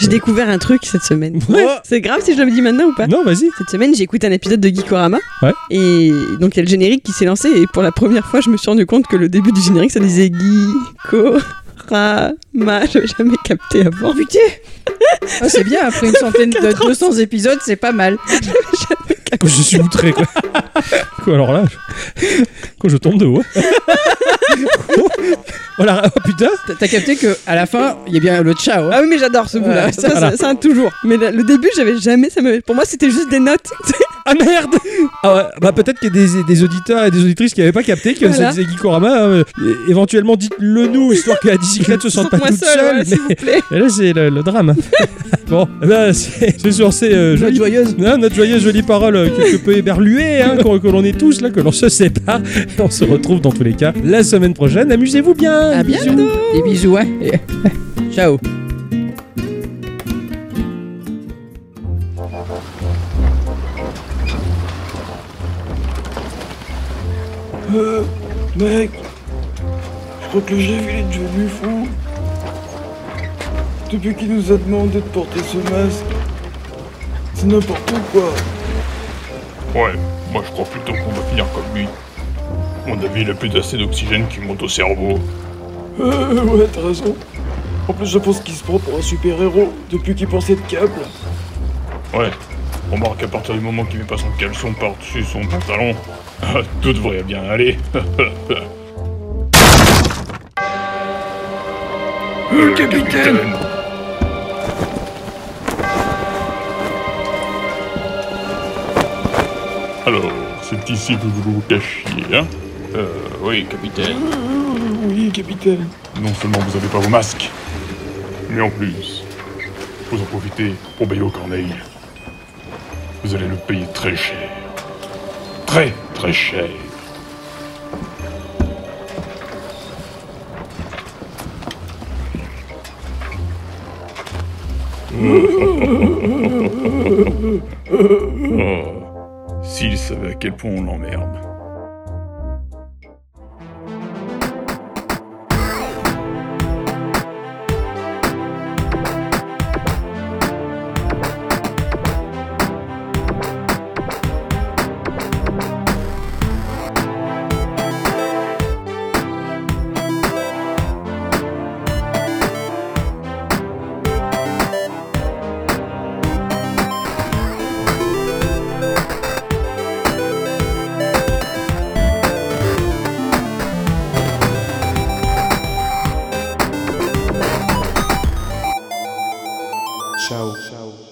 A: J'ai découvert un truc cette semaine.
B: Ouais.
A: C'est grave si je le dis maintenant ou pas
B: non, vas-y.
A: Cette semaine, j'ai écouté un épisode de Geekorama.
B: Ouais.
A: Et donc, il y a le générique qui s'est lancé. Et pour la première fois, je me suis rendu compte que le début du générique, ça disait <laughs> Geekorama. Je jamais capté avant. Putain
C: Ah, c'est bien, après une centaine de 200 épisodes, c'est pas mal.
B: Je suis outré Ah,
C: <laughs>
B: quoi. Quoi, alors là, je- quand je tombe de
C: <laughs>
B: haut. voilà, oh, putain.
C: T'as- T'as capté que à la fin, il y a bien le ciao. hein.
A: Ah oui, mais j'adore ce bout-là.
C: Ouais,
A: ça,
B: voilà.
A: ça, ça, toujours. Mais là, le début, j'avais jamais. Ça me... Pour moi, c'était juste des notes.
B: Ah merde ah ouais, bah peut-être qu'il y a des, des auditeurs et des auditrices qui n'avaient pas capté que ça
A: Voilà.
B: disait Geekorama. euh, é- éventuellement, dites-le nous, histoire que la bicyclette se sente pas
A: Moi
B: toute
A: seule,
B: seule.
A: ouais,
B: mais- <laughs>
A: s'il vous plaît.
B: Et là, c'est le, le drame. bon, eh ben, c'est c'est sur ces euh,
C: Joie
B: jolies-
C: joyeuse.
B: hein, notre joyeuse jolie parole euh, quelque peu éberluée hein, qu'on- que l'on est tous là, que l'on se sépare. <laughs> Et on se retrouve dans tous les cas la semaine prochaine. Amusez-vous bien.
C: À
B: Bisous.
C: bientôt. Des Ah bisous, hein. Et- <laughs> Ciao.
J: Mec, je crois que le GV il est devenu fou. Depuis qu'il nous a demandé de porter ce masque, c'est n'importe quoi.
H: Ouais, moi je crois plutôt qu'on va finir comme lui. On a vu, il a plus d'assez d'oxygène qui monte au cerveau.
J: Euh, ouais, t'as raison. En plus, je pense qu'il se prend pour un super-héros depuis qu'il pensait de câble.
H: Ouais, remarque à partir du moment qu'il met pas son caleçon par-dessus son pantalon, <laughs> tout devrait bien aller. <laughs> Le capitaine Alors, c'est ici que vous vous cachiez, hein Euh, oui, capitaine.
J: Euh, oui, capitaine.
H: Non seulement vous avez pas vos masques, mais en plus, vous en profitez pour bailler aux corneilles. Vous allez le payer très cher. Très, très <laughs> cher. Oh, s'il savait à quel point on l'emmerde.
J: Ciao. Ciao.